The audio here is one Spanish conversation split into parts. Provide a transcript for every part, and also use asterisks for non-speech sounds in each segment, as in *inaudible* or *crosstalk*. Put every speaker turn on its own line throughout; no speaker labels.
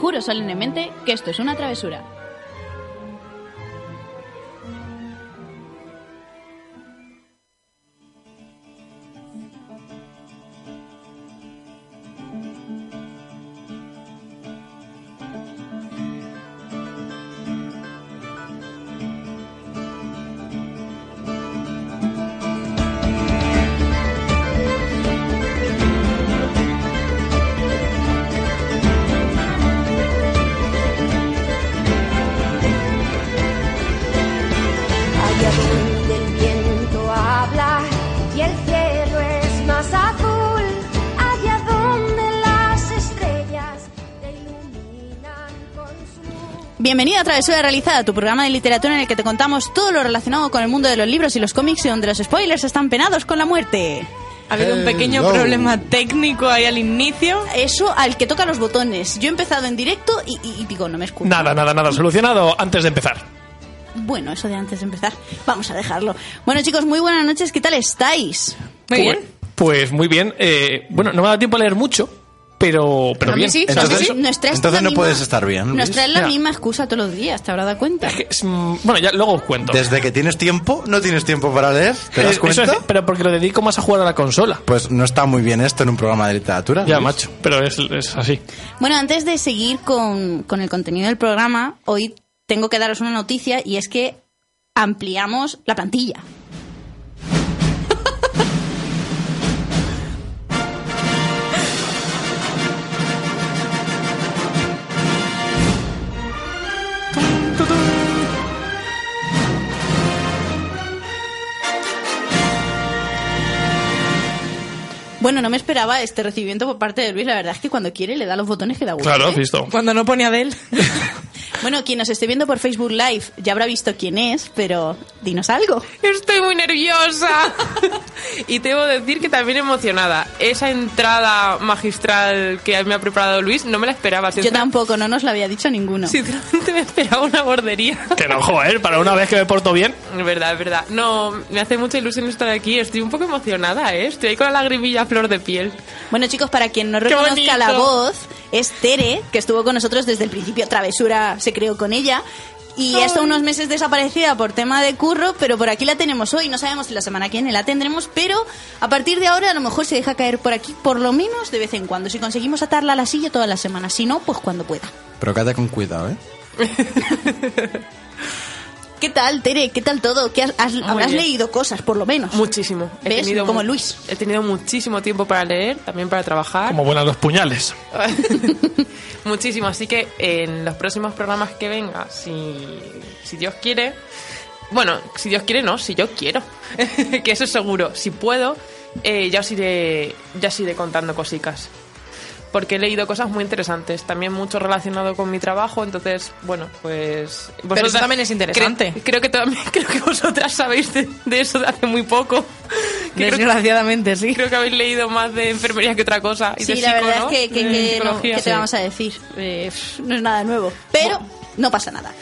Juro solemnemente que esto es una travesura.
Allá donde el viento habla y el cielo es más azul, allá donde las estrellas te iluminan con su
Bienvenido a Travesura Realizada, tu programa de literatura en el que te contamos todo lo relacionado con el mundo de los libros y los cómics y donde los spoilers están penados con la muerte.
Ha habido un pequeño
Hello.
problema técnico ahí al inicio.
Eso al que toca los botones. Yo he empezado en directo y, y- y digo, no me escucho.
Nada, nada, nada solucionado antes de empezar.
Bueno, eso de antes de empezar, vamos a dejarlo. Bueno, chicos, muy buenas noches, ¿qué tal estáis?
Muy
Pues-
bien.
Pues muy bien. eh, bueno, no me ha dado tiempo a leer mucho, pero, pero
A mí
bien.
sí,
O sea,
a mí
eso-
sí.
Nos traes
entonces
la
no
misma-
puedes estar bien,
Nos
Luis.
traes la
Mira.
misma excusa todos los días, ¿te habrás dado cuenta?
que es, mm, bueno, ya luego os cuento.
Desde que tienes tiempo, no tienes tiempo para leer. ¿Te das
Eh, eso
cuenta?
es- pero porque lo dedico más a jugar a la consola.
Pues no está muy bien esto en un programa de literatura.
Ya,
Luis.
macho, pero es, es así.
Bueno, antes de seguir con, con el contenido del programa, hoy tengo que daros una noticia y es que ampliamos la plantilla. Bueno, no me esperaba este recibimiento por parte de Luis. La verdad es que cuando quiere le da los botones que da gusto.
Claro,
¿eh?
visto.
Cuando no pone Adel.
Bueno, quien nos esté viendo por Facebook Live ya habrá visto quién es, pero dinos algo.
Estoy muy nerviosa. *laughs* y debo decir que también emocionada. Esa entrada magistral que me ha preparado Luis no me la esperaba.
Yo
Sinceramente,
tampoco, no nos lo había dicho ninguno.
sinceramente me esperaba una bordería.
Que no, joder, para una vez que me porto bien.
Es verdad, es verdad. No, me hace mucha ilusión estar aquí. Estoy un poco emocionada, ¿eh? Estoy ahí con la lagrimilla a flor de piel.
Bueno, chicos, para quien no
¡Qué
reconozca
bonito!
la voz, es Tere, que estuvo con nosotros desde el principio. Travesura se creó con ella. Y ha estado unos meses desaparecida por tema de curro, pero por aquí la tenemos hoy. No sabemos si la semana que viene la tendremos, pero a partir de ahora a lo mejor se deja caer por aquí, por lo menos de vez en cuando. Si conseguimos atarla a la silla todas las semanas, si no, pues cuando pueda.
Pero quédate con cuidado, ¿eh?
¿Qué tal, Tere? ¿Qué tal todo? ¿Qué has- has- habrás
bien.
leído cosas, por lo menos.
Muchísimo.
¿Ves? Como
mu-
Luis.
He tenido muchísimo tiempo para leer, también para trabajar.
Como buenas los puñales.
*laughs* muchísimo. Así que en los próximos programas que venga, si, si Dios quiere. Bueno, si Dios quiere, no, si yo quiero. *laughs* que eso es seguro. Si puedo, eh, ya, os iré, ya os iré contando cositas. Porque he leído cosas muy interesantes, también mucho relacionado con mi trabajo, entonces, bueno, pues... vosotras-
eso también es interesante.
Cre- Creo, que también, *laughs* creo que vosotras sabéis de, de eso de hace muy poco. Que creo
*laughs*
que-
Desgraciadamente, sí.
*laughs* Creo que habéis leído más de enfermería que otra cosa. y
Sí,
de
la
psico,
verdad
¿no?
es que, que-
De
que no,
psicología,
¿qué
sí.
te vamos a decir? Eh, pff, no es nada nuevo, pero no pasa nada.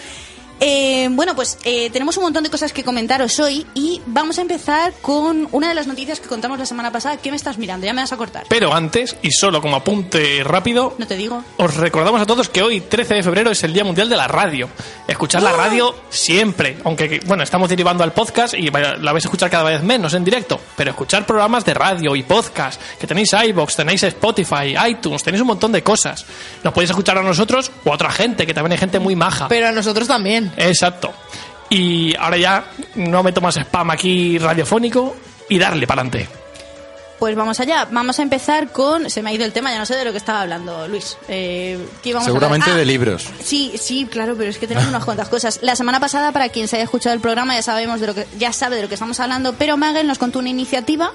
Eh, bueno, pues eh, tenemos un montón de cosas que comentaros hoy y vamos a empezar con una de las noticias que contamos la semana pasada. ¿Qué me estás mirando? Ya me vas a cortar.
Pero antes, y solo como apunte rápido,
No te digo.
os recordamos a todos que hoy, 13 de febrero, es el Día Mundial de la Radio. Escuchar la radio siempre, aunque, bueno, estamos derivando al podcast y vaya- la vais a escuchar cada vez menos en directo, pero escuchar programas de radio y podcast, que tenéis iBox, tenéis Spotify, iTunes, tenéis un montón de cosas. Nos podéis escuchar a nosotros o a otra gente, que también hay gente muy maja.
Pero a nosotros también.
Exacto. Y ahora ya no me tomas spam aquí radiofónico y darle para adelante.
Pues vamos allá. Vamos a empezar con. Se me ha ido el tema, ya no sé de lo que estaba hablando Luis. Eh, ¿qué íbamos a hablar?
Seguramente
Ah,
de libros.
Sí, sí, claro, pero es que tenemos unas cuantas cosas. La semana pasada, para quien se haya escuchado el programa, ya sabemos de lo que ya sabe de lo que estamos hablando, pero Magel nos contó una iniciativa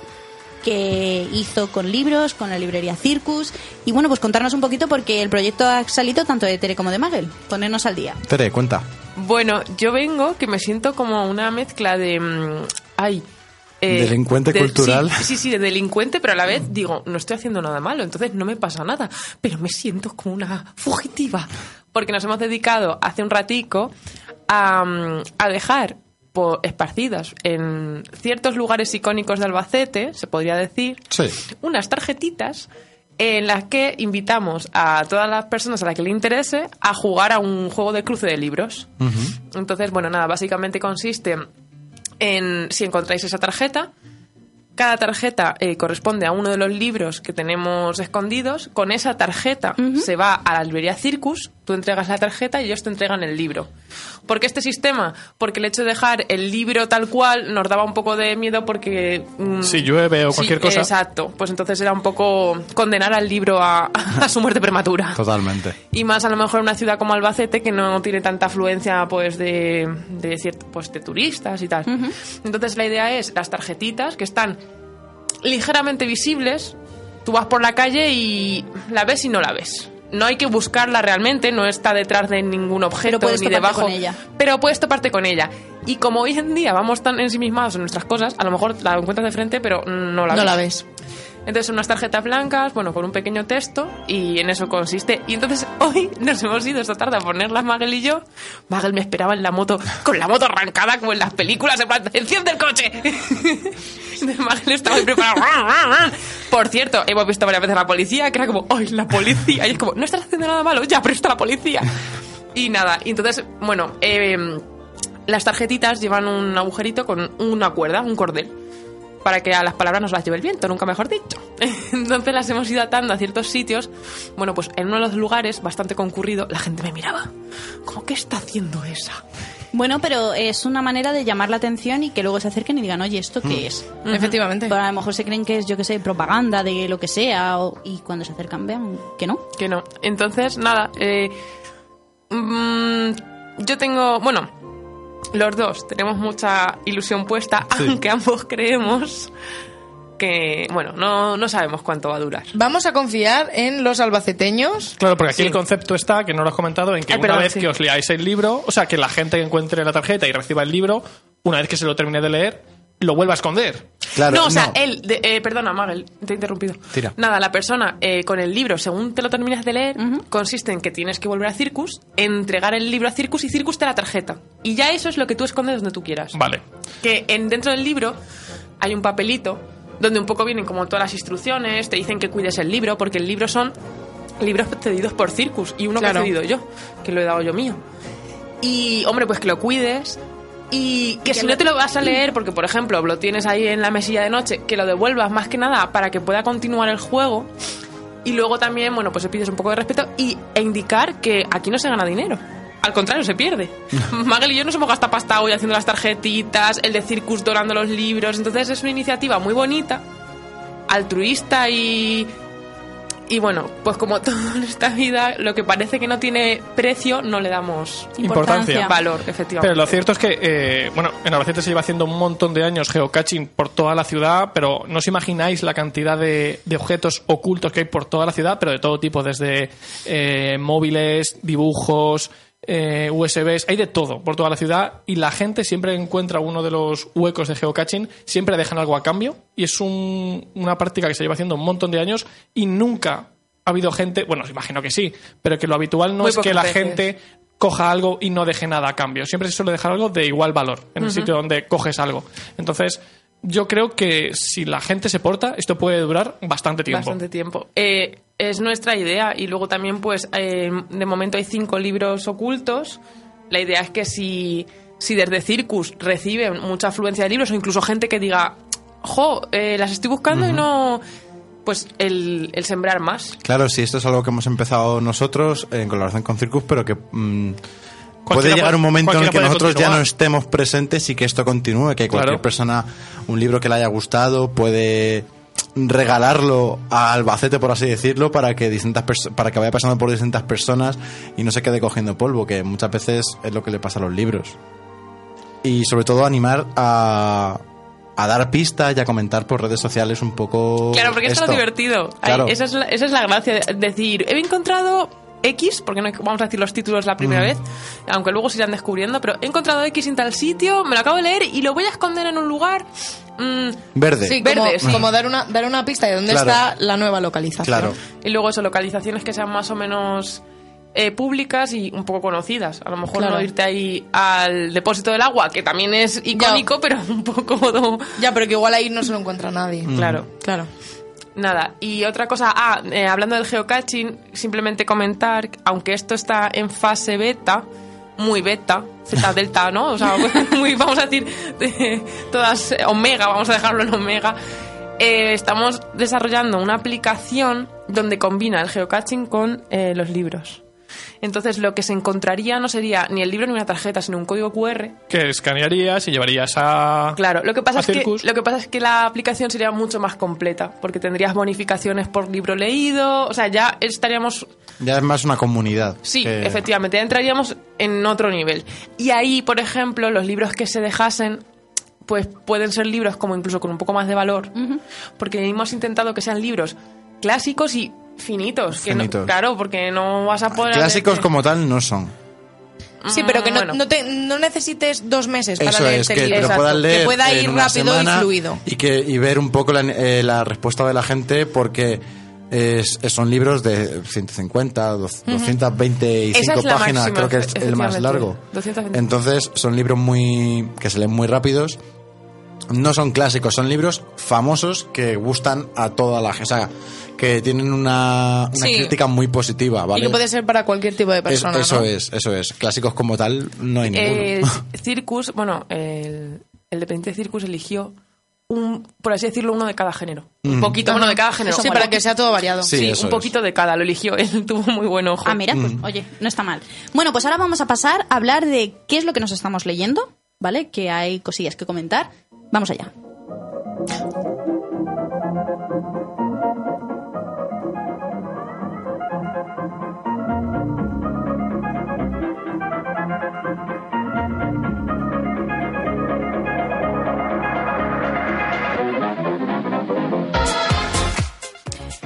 que hizo con libros, con la librería Circus y bueno, pues contarnos un poquito porque el proyecto ha salido tanto de Tere como de Magel, ponernos al día.
Tere, cuenta.
Bueno, yo vengo que me siento como una mezcla de. mm, Ay. eh,
Delincuente cultural.
Sí, sí, sí, de delincuente, pero a la vez digo, no estoy haciendo nada malo, entonces no me pasa nada. Pero me siento como una fugitiva. Porque nos hemos dedicado hace un ratico a, mm, a dejar po- esparcidas en ciertos lugares icónicos de Albacete, se podría decir,
Sí.
unas tarjetitas en las que invitamos a todas las personas a las que le interese a jugar a un juego de cruce de libros. Entonces, bueno, nada, básicamente consiste en si encontráis esa tarjeta. Cada tarjeta eh, corresponde a uno de los libros que tenemos escondidos. Con esa tarjeta se va a la librería Circus, tú entregas la tarjeta y ellos te entregan el libro. ¿Por qué este sistema? Porque el hecho de dejar el libro tal cual nos daba un poco de miedo porque... mm,
Si llueve o cualquier cosa.
Exacto, pues entonces era un poco condenar al libro a, *laughs* a su muerte prematura.
Totalmente.
Y más a lo mejor una ciudad como Albacete que no tiene tanta afluencia pues de, de ciert- pues de turistas y tal. Entonces la idea es las tarjetitas que están ligeramente visibles. Tú vas por la calle y la ves y no la ves. No hay que buscarla realmente, no está detrás de ningún
Pero
objeto
puedes
ni
toparte
debajo.
con ella.
Pero puedes toparte con ella. Y como hoy en día vamos tan ensimismados en nuestras cosas, a lo mejor la encuentras de frente, pero no la
no
ves.
la ves.
Entonces son unas tarjetas blancas, bueno, con un pequeño texto y en eso consiste. Y entonces *laughs* hoy nos hemos ido esta tarde a ponerlas Magel y yo. Magel me esperaba en la moto, con la moto arrancada como en las películas, en plan, ¡enciende el coche! *laughs* Entonces Magel estaba ahí preparada. *laughs* ¡ruah, ruah, ruah! Por cierto, hemos visto varias veces a la policía, que era como, ¡ay, la policía! Y es como, no estás haciendo nada malo, ya, pero está la policía. Y nada, y entonces, bueno, eh, las tarjetitas llevan un agujerito con una cuerda, un cordel para que a las palabras nos las lleve el viento, nunca mejor dicho. *laughs* Entonces las hemos ido atando a ciertos sitios. Bueno, pues en uno de los lugares bastante concurrido, la gente me miraba. ¿Cómo que está haciendo esa?
Bueno, pero es una manera de llamar la atención y que luego se acerquen y digan, oye, ¿esto
Mm.
qué es?
Efectivamente.
Pero a lo mejor se creen que es, yo qué sé, propaganda de lo que sea o- y cuando se acercan vean que no.
Que no. Entonces, nada, eh, mm, yo tengo, bueno, los dos tenemos mucha ilusión puesta, aunque ambos creemos que, bueno, no, no sabemos cuánto va a durar.
Vamos a confiar en los albaceteños.
Claro, porque aquí
Sí.
el concepto está, que no lo has comentado, en que
Ay,
una
perdón,
vez
sí.
que os leáis el libro, o sea, que la gente que encuentre la tarjeta y reciba el libro, una vez que se lo termine de leer, lo vuelva a esconder.
Claro,
no, o sea, él, de- eh, perdona, Magel, te he interrumpido.
Tira.
Nada, la persona eh, con el libro, según te lo terminas de leer, consiste en que tienes que volver a Circus, entregar el libro a Circus y Circus te la tarjeta. Y ya eso es lo que tú escondes donde tú quieras.
Vale.
Que en, dentro del libro hay un papelito donde un poco vienen como todas las instrucciones, te dicen que cuides el libro, porque el libro son libros cedidos por Circus y uno
Claro.
que he cedido yo, que lo he dado yo mío. Y, hombre, pues que lo cuides. Y que si no te lo vas *clears throat* a leer, porque por ejemplo lo tienes ahí en la mesilla de noche, que lo devuelvas más que nada para que pueda continuar el juego. Y luego también, bueno, pues le pides un poco de respeto y, e indicar que aquí no se gana dinero. Al contrario, se
*laughs*
pierde. Magel y yo nos hemos gastado pasta hoy haciendo las tarjetitas, el de Circus dorando los libros. Entonces es una iniciativa muy bonita, altruista y. Y bueno, pues como *laughs* todo en esta vida, lo que parece que no tiene precio, no le damos
Importancia.
valor, efectivamente.
Pero lo cierto es que, eh, bueno, en Albacete se lleva haciendo un montón de años geocaching por toda la ciudad, pero no os imagináis la cantidad de, de objetos ocultos que hay por toda la ciudad, pero de todo tipo, desde eh, móviles, dibujos, eh, USBs, hay de todo por toda la ciudad y la gente siempre encuentra uno de los huecos de geocaching, siempre dejan algo a cambio y es un- una práctica que se lleva haciendo un montón de años y nunca ha habido gente, bueno, os imagino que sí, pero que lo habitual no
Muy
es que
pocas
la
veces.
gente coja algo y no deje nada a cambio. Siempre se suele dejar algo de igual valor en el sitio donde coges algo. Entonces, yo creo que si la gente se porta, esto puede durar bastante tiempo.
Bastante tiempo. Eh, es nuestra idea y luego también, pues, eh, de momento hay cinco libros ocultos. La idea es que si, si desde Circus reciben mucha afluencia de libros o incluso gente que diga, jo, eh, las estoy buscando y no... Pues el, el sembrar más.
Claro, sí, esto es algo que hemos empezado nosotros en colaboración con Circus, pero que mm, puede
Cualquiera
llegar
puede-
un momento en el
cualquiera
que
puede
nosotros ya
continuar.
no estemos presentes y que esto continúe, que cualquier
Claro.
persona, un libro que le haya gustado, puede regalarlo a Albacete, por así decirlo, para que distintas perso- para que vaya pasando por distintas personas y no se quede cogiendo polvo, que muchas veces es lo que le pasa a los libros. Y sobre todo animar a, a dar pistas y a comentar por redes sociales un poco.
Claro, porque esto es lo divertido. Ay,
Oh, Claro.
esa, es la, esa es la gracia. de- Decir, he encontrado X, porque no vamos a decir los títulos la primera vez, aunque luego se irán descubriendo, pero he encontrado X en tal sitio, me lo acabo de leer y lo voy a esconder en un lugar. mm,
Verde.
Sí,
Verdes.
como, como dar, una, dar una pista de dónde
Claro.
está la nueva localización.
Claro.
y luego eso, localizaciones que sean más o menos eh, públicas y un poco conocidas. A lo mejor
Claro.
no irte ahí al depósito del agua, que también es icónico, pero *laughs* un poco... no-
Ya, pero que igual ahí no se lo encuentra nadie.
Claro.
Claro.
Nada, y otra cosa, ah, eh, hablando del geocaching, simplemente comentar, aunque esto está en fase beta, muy beta, Z *laughs* delta, ¿no? O sea, muy, vamos a decir, *laughs* eh, todas eh, omega, vamos a dejarlo en omega. Eh, estamos desarrollando una aplicación donde combina el geocaching con eh, los libros. Entonces, lo que se encontraría no sería ni el libro ni una tarjeta, sino un código QR
Que escanearías y llevarías a.
Claro, lo que pasa
a
es que
Circus.
lo que pasa es que la aplicación sería mucho más completa, porque tendrías bonificaciones por libro leído, o sea, ya estaríamos
Ya es más una comunidad.
sí,
que-
efectivamente, ya entraríamos en otro nivel. Y ahí, por ejemplo, los libros que se dejasen pues pueden ser libros como incluso con un poco más de valor, porque hemos intentado que sean libros clásicos y finitos, que no-
Finitos.
claro, porque no vas a poder
Clásicos
hacerte-
como tal no son.
Sí, pero que no,
Ah, bueno.
no te- no necesites dos meses para
Eso
leer
es,
este
que
libro.
lo
Exacto.
puedas leer
Que pueda
en
ir
una
rápido
semana
y fluido.
Y, que, y ver un poco la, eh, la respuesta de la gente porque es- son libros de 150, 225
Esa es la
páginas,
máxima,
creo que es el más
efectivamente,
largo.
225.
Entonces son libros muy que se leen muy rápidos. No son clásicos, son libros famosos que gustan a toda la gente. O sea, que tienen una, una
Sí.
crítica muy positiva, ¿vale?
Y que puede ser para cualquier tipo de
Es-
persona.
eso
¿no?
es, eso es. Clásicos como tal no hay ninguno.
Eh, Circus, bueno, el, el dependiente de Circus eligió un, por así decirlo, uno de cada género. Un poquito uno de cada género.
Sí, para que sea todo variado.
Sí, eso
un
es.
poquito de cada, lo eligió, él *laughs* tuvo muy buen ojo.
Ah, mira, pues oye, no está mal. Bueno, pues ahora vamos a pasar a hablar de qué es lo que nos estamos leyendo, ¿vale? Que hay cosillas que comentar. Vamos allá.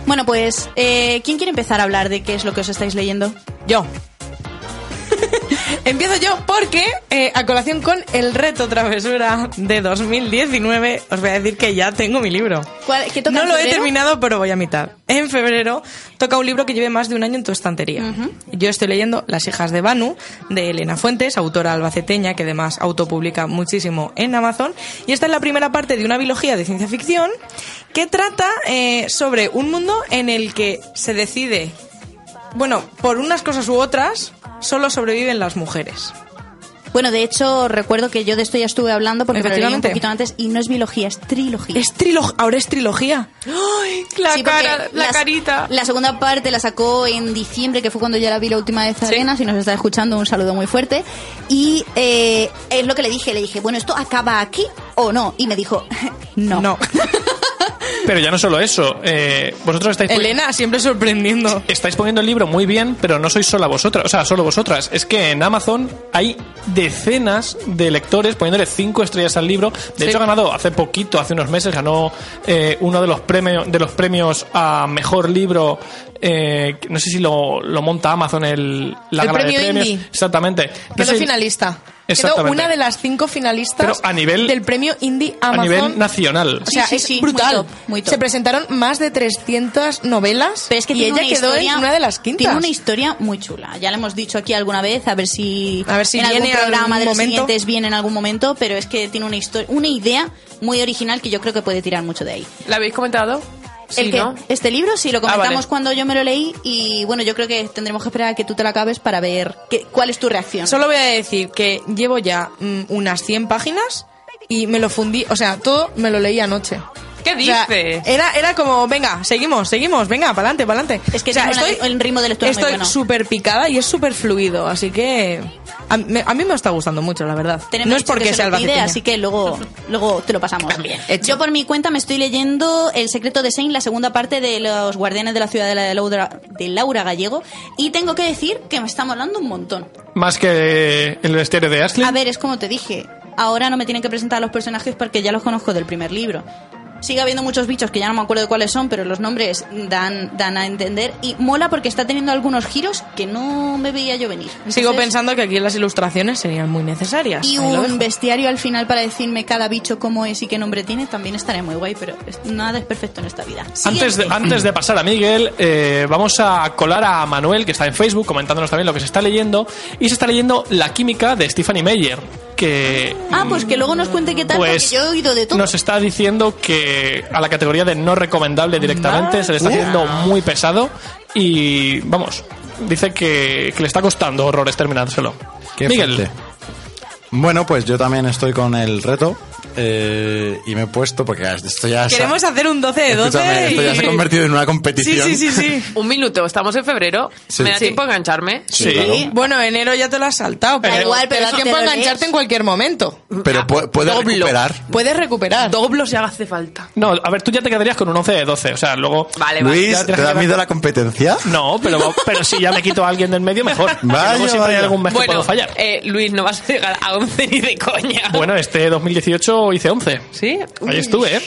Bueno, pues, eh, ¿quién quiere empezar a hablar de qué es lo que os estáis leyendo?
Yo. *laughs* Empiezo yo porque, eh, a colación con el reto travesura de 2019, os voy a decir que ya tengo mi libro.
¿Cuál- qué toca
no
en
lo he
febrero?
terminado, pero voy a mitad. En febrero toca un libro que lleve más de un año en tu estantería. Yo estoy leyendo Las hijas de Banu, de Elena Fuentes, autora albaceteña, que además autopublica muchísimo en Amazon. Y esta es la primera parte de una biología de ciencia ficción que trata eh, sobre un mundo en el que se decide bueno, por unas cosas u otras, solo sobreviven las mujeres.
Bueno, de hecho, recuerdo que yo de esto ya estuve hablando porque me lo leí un
Efectivamente.
poquito antes y no es biología, es trilogía.
Es trilog ahora es trilogía.
la
Sí, porque
cara, la
las-
carita.
La segunda parte la sacó en diciembre, que fue cuando ya la vi la última vez a Elena, si nos está escuchando, un saludo muy fuerte. Y eh, es lo que le dije, le dije, bueno, ¿esto acaba aquí o no? Y me dijo, *laughs* no.
Pero ya no solo eso. eh, vosotros estáis. poni-
*laughs* Elena siempre sorprendiendo.
Estáis poniendo el libro muy bien, pero no sois sola vosotras, o sea, solo vosotras. Es que en Amazon hay decenas de lectores poniéndole cinco estrellas al libro. De hecho, ha ganado hace poquito, hace unos meses, ganó eh, uno de los premios de los premios a mejor libro. eh, no sé si lo, lo monta Amazon el, la
El
gala de
premio
premios.
indie.
Exactamente. No
Quedó
sé-
finalista. Quedó
Exactamente.
una de las cinco finalistas
Pero a nivel-
del premio Indie
a
Amazon.
nivel nacional.
O sea,
Sí, sí,
es
sí,
brutal.
muy top, muy top.
Se presentaron más de 300 novelas
Pero es que
y
tiene
ella
una
quedó
historia-
en una de las quintas.
Tiene una historia muy chula. Ya le hemos dicho aquí alguna vez, a ver si,
A ver si
en algún
viene
programa
algún
de los
momento.
siguientes viene en algún momento, pero es que tiene una historia, una idea muy original que yo creo que puede tirar mucho de ahí.
¿La habéis comentado?
¿El
Sí,
qué?
¿no?
Este libro
Ah,
sí lo
vale.
comentamos cuando yo me lo leí y bueno, yo creo que tendremos que esperar a que tú te lo acabes para ver qué- cuál es tu reacción.
Solo voy a decir que llevo ya mm, unas 100 páginas y me lo fundí, o sea, todo me lo leí anoche.
¿Qué
O sea,
dices?
era, era como, venga, seguimos, seguimos, venga, pa'lante, pa'lante.
Es que
O sea,
tiene una- el ritmo del estudio es muy
Estoy
bueno.
súper picada y es súper fluido, así que a, me- a mí me está gustando mucho, la verdad.
Tenemos este
no es
dicho que
porque
se
sea
lo
el
pide, así que luego, luego te lo pasamos.
Hecho.
Yo por mi cuenta me estoy leyendo El secreto de Sein, la segunda parte de Los Guardianes de la Ciudadela de Laura, de Laura Gallego, y tengo que decir que me está molando un montón.
Más que el bestiario de Ashley.
A ver, es como te dije, ahora no me tienen que presentar a los personajes porque ya los conozco del primer libro. Sigue habiendo muchos bichos que ya no me acuerdo de cuáles son, pero los nombres dan, dan a entender. Y mola porque está teniendo algunos giros que no me veía yo venir.
Sigo
Entonces-
pensando que aquí las ilustraciones serían muy necesarias.
Y
Ahí lo
un
dejo.
bestiario al final para decirme cada bicho cómo es y qué nombre tiene también estaría muy guay, pero es- nada es perfecto en esta vida.
Antes de,
Siguiente.
antes de pasar a Miguel, eh, vamos a colar a Manuel, que está en Facebook, comentándonos también lo que se está leyendo. Y se está leyendo La química de Stephanie Meyer, que
Ah, pues que luego nos cuente qué tal,
pues
porque yo he oído de todo.
nos está diciendo que a la categoría de no recomendable directamente se le está haciendo muy pesado. Y vamos, dice que, que le está costando horrores terminárselo.
Qué
Miguel,
fuerte. Bueno, pues yo también estoy con el reto eh, y me he puesto, porque esto ya se ha-
Queremos hacer un 12 de 12.
Escúchame, esto ya se ha
y-
convertido en una
Sí,
competición.
sí, sí, sí.
*laughs* Un minuto, estamos en febrero.
Sí.
¿Me da
Sí.
tiempo a engancharme?
Sí,
Sí.
claro.
Bueno, enero ya te lo has saltado, pero,
Da igual, pero
te da
eso
tiempo
te
a
lo
engancharte
lees.
en cualquier momento.
Pero pu- puedes
Doblo.
recuperar.
Puedes recuperar.
Doblo si haga hace falta.
no, a ver, tú ya te quedarías con un 11 de 12. O sea, luego.
Vale, vale.
Luis,
Ya
¿te
tienes que
da
dar-
miedo la competencia?
No, pero, pero si ya me quito a alguien del medio, mejor.
*laughs*
Porque
Vaya,
luego siempre
vaya.
hay algún mes que
Bueno,
puedo fallar.
eh, Luis, no vas a llegar a 11 ni de coña.
Bueno, este 2018 hice 11.
¿Sí?
Ahí estuve, ¿eh?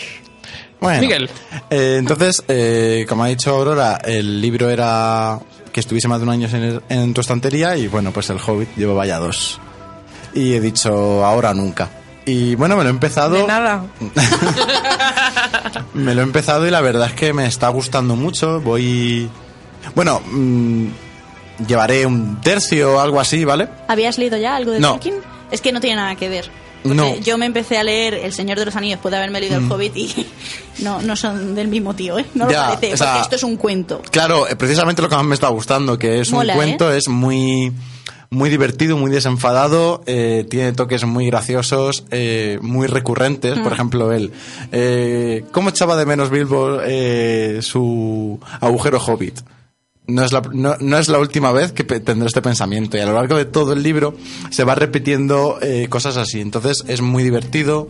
Bueno,
Miguel.
eh, entonces, eh, como ha dicho Aurora, el libro era que estuviese más de un año en, en tu estantería y bueno, pues el Hobbit llevaba ya dos. Y he dicho ahora o nunca. Y bueno, me lo he empezado.
De nada.
*laughs* Me lo he empezado y la verdad es que me está gustando mucho. Voy. Bueno, mm, llevaré un tercio o algo así, ¿vale?
¿Habías leído ya algo de
No.
Tolkien? Es que no tiene nada que ver.
No.
Porque Yo me empecé a leer El Señor de los Anillos, puede haberme leído El Hobbit y *laughs* no, no son del mismo tío, ¿eh? No
Ya,
lo parece,
o sea-
porque esto es un cuento.
Claro, eh, precisamente lo que más me está gustando, que es
Mola,
un cuento, es muy, muy divertido, muy desenfadado, eh, tiene toques muy graciosos, eh, muy recurrentes. Por ejemplo, él. eh, ¿Cómo echaba de menos Bilbo eh, su agujero hobbit? No es, la, no, no es la última vez que pe- tendré este pensamiento y a lo largo de todo el libro se va repitiendo eh, cosas así. Entonces es muy divertido.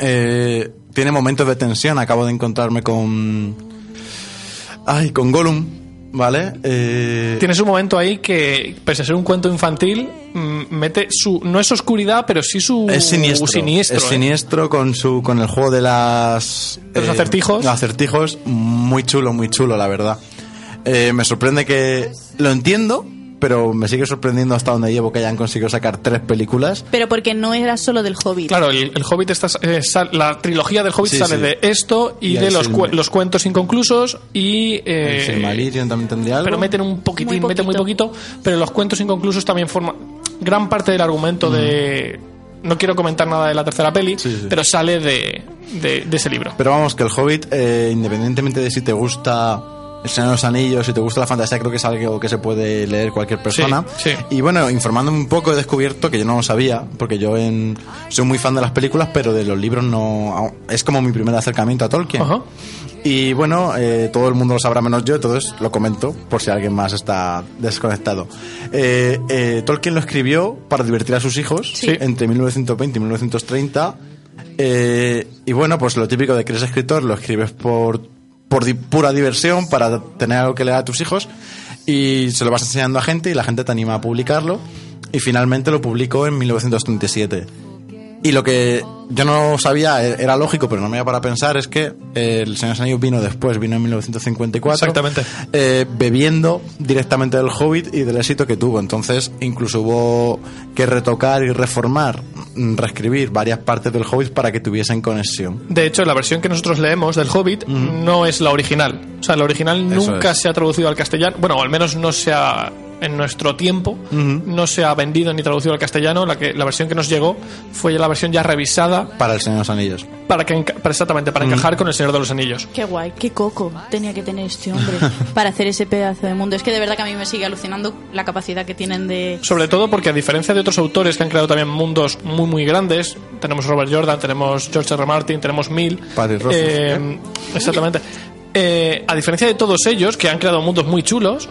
Eh, tiene momentos de tensión. Acabo de encontrarme con, Ay, con Gollum, ¿vale? Eh,
Tienes un momento ahí que, pese a ser un cuento infantil, mm, mete su. No es oscuridad, pero sí su.
es siniestro.
siniestro,
es
¿eh?
siniestro con su con el juego de las eh,
De los acertijos.
Los acertijos muy chulo, muy chulo, la verdad. Eh, me sorprende que lo entiendo, pero me sigue sorprendiendo hasta donde llevo que hayan conseguido sacar tres películas.
Pero porque no era solo del Hobbit.
Claro, el, el Hobbit está, eh, sal- la trilogía del Hobbit
Sí,
sale
sí.
de esto y,
Y
de
el
los, cu-
Silmarillion.
los cuentos inconclusos y eh,
El Silmarillion también tendría algo.
pero meten un poquitín,
Muy
meten muy poquito, pero los cuentos inconclusos también forman gran parte del argumento de no quiero comentar nada de la tercera peli,
Sí, sí.
pero sale de, de- de ese libro.
Pero vamos, que el Hobbit, eh, independientemente de si te gusta El Señor de los Anillos, si te gusta la fantasía, creo que es algo que se puede leer cualquier persona.
Sí, sí.
Y bueno, informándome un poco he descubierto que yo no lo sabía, porque yo en, soy muy fan de las películas, pero de los libros no... Es como mi primer acercamiento a Tolkien.
Ajá.
Y bueno, eh, todo el mundo lo sabrá menos yo, entonces lo comento por si alguien más está desconectado. Eh, eh, Tolkien lo escribió para divertir a sus hijos
Sí.
entre 1920 y 1930. Eh, y bueno, pues lo típico de que eres escritor, lo escribes por, por di- pura diversión, para tener algo que leer a tus hijos, y se lo vas enseñando a gente y la gente te anima a publicarlo. Y finalmente lo publicó en 1937. Y lo que yo no sabía, e- era lógico, pero no me iba para pensar, es que eh, el señor Sanillo vino después, vino en 1954.
Exactamente.
eh, bebiendo directamente del Hobbit y del éxito que tuvo. Entonces, incluso hubo que retocar y reformar, mm, reescribir varias partes del Hobbit para que tuviesen conexión.
De hecho, la versión que nosotros leemos del Hobbit no es la original. O sea, la original
Eso
nunca
es.
se ha traducido al castellano. Bueno, o al menos no se ha en nuestro tiempo, no se ha vendido ni traducido al castellano. La, que, la versión que nos llegó fue la versión ya revisada
Para el Señor de los Anillos.
para que enca- para- exactamente para encajar con el Señor de los Anillos.
Qué guay, qué coco tenía que tener este hombre para hacer ese pedazo de mundo. Es que de verdad que a mí me sigue alucinando la capacidad que tienen de...
Sobre todo porque a diferencia de otros autores que han creado también mundos muy muy grandes, tenemos Robert Jordan, tenemos George R. R. Martin, tenemos Mill,
Paddy Rothfuss,
eh, exactamente. Eh, a diferencia de todos ellos que han creado mundos muy chulos,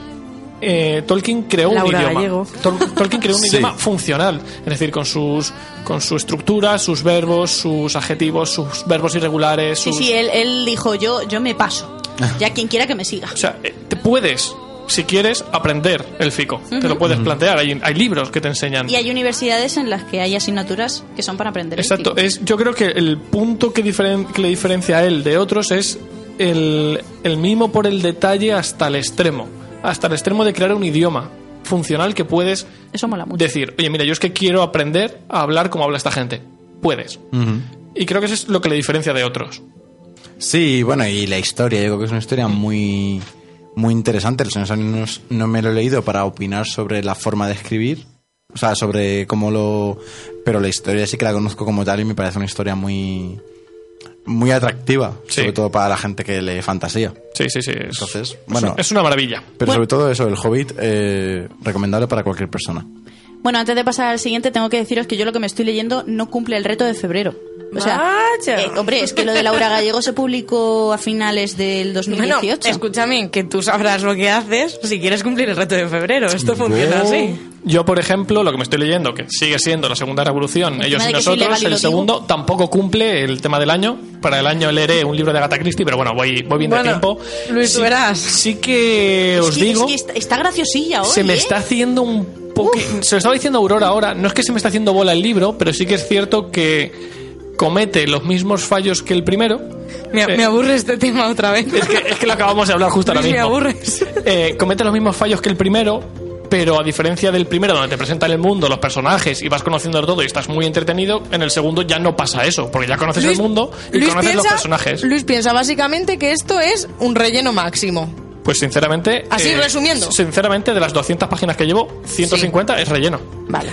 eh, Tolkien creó un
Laura
idioma.
Gallego.
Tol- Tolkien creó un
*laughs* Sí.
idioma funcional, es decir, con sus con su estructura, sus verbos, sus adjetivos, sus verbos irregulares.
Sí,
sus-
sí, él, él dijo, yo, yo me paso. Ya quien quiera que me siga.
O sea, eh, te puedes, si quieres, aprender el fico. Te lo puedes plantear. Hay, hay libros que te enseñan.
Y hay universidades en las que hay asignaturas que son para aprender. el
Exacto, eh,
tipo.
es, yo creo que el punto que, diferen- que le diferencia a él de otros es el, el mimo por el detalle hasta el extremo, hasta el extremo de crear un idioma funcional que puedes
Eso mola mucho.
decir, oye, mira, yo es que quiero aprender a hablar como habla esta gente. Puedes. Y creo que eso es lo que le diferencia de otros.
Sí, bueno, y la historia, yo creo que es una historia muy, muy interesante. El Señor de los Anillos no me lo he leído para opinar sobre la forma de escribir, o sea, sobre cómo lo... Pero la historia sí que la conozco como tal y me parece una historia muy, muy atractiva,
Sí.
sobre todo para la gente que lee fantasía.
Sí, sí, sí. es-
Entonces,
es-
bueno.
es una maravilla.
Pero sobre todo eso, el Hobbit, eh, recomendable para cualquier persona.
*laughs*
Bueno, antes de pasar al siguiente, tengo que deciros que yo lo que me estoy leyendo no cumple el reto de febrero. O sea,
Vaya.
eh, hombre, es que lo de Laura Gallego se publicó a finales del 2018.
Bueno, escúchame, que tú sabrás lo que haces si quieres cumplir el reto de febrero. Esto funciona
Yo-
así.
Yo, por ejemplo, lo que me estoy leyendo, que sigue siendo la segunda revolución, ellos
de
y
que es ilegal
nosotros,
y lo
el
digo.
segundo, tampoco cumple el tema del año. Para el año leeré un libro de Agatha Christie, pero bueno, voy, voy bien de
Bueno,
tiempo.
Luis,
sí,
tú verás.
Sí que
Es
os
que-
digo,
es que está, está graciosilla hoy.
se me
¿eh?
está haciendo un poco... Se lo estaba diciendo Aurora ahora, no es que se me está haciendo bola el libro, pero sí que es cierto que comete los mismos fallos que el primero.
Me,
Eh,
me aburre este tema otra vez.
es que, es que lo acabamos de hablar
*laughs*
justo ahora
Luis, me
mismo.
aburres.
Eh, comete los mismos fallos que el primero, pero a diferencia del primero, donde te presentan el mundo, los personajes y vas conociendo todo y estás muy entretenido, en el segundo ya no pasa eso, porque ya conoces el mundo y
Luis
conoces los
piensa-
personajes.
Luis piensa básicamente que esto es un relleno máximo.
Pues sinceramente.
Así, resumiendo.
Sinceramente, de las 200 páginas que llevo, 150 es relleno.
Vale.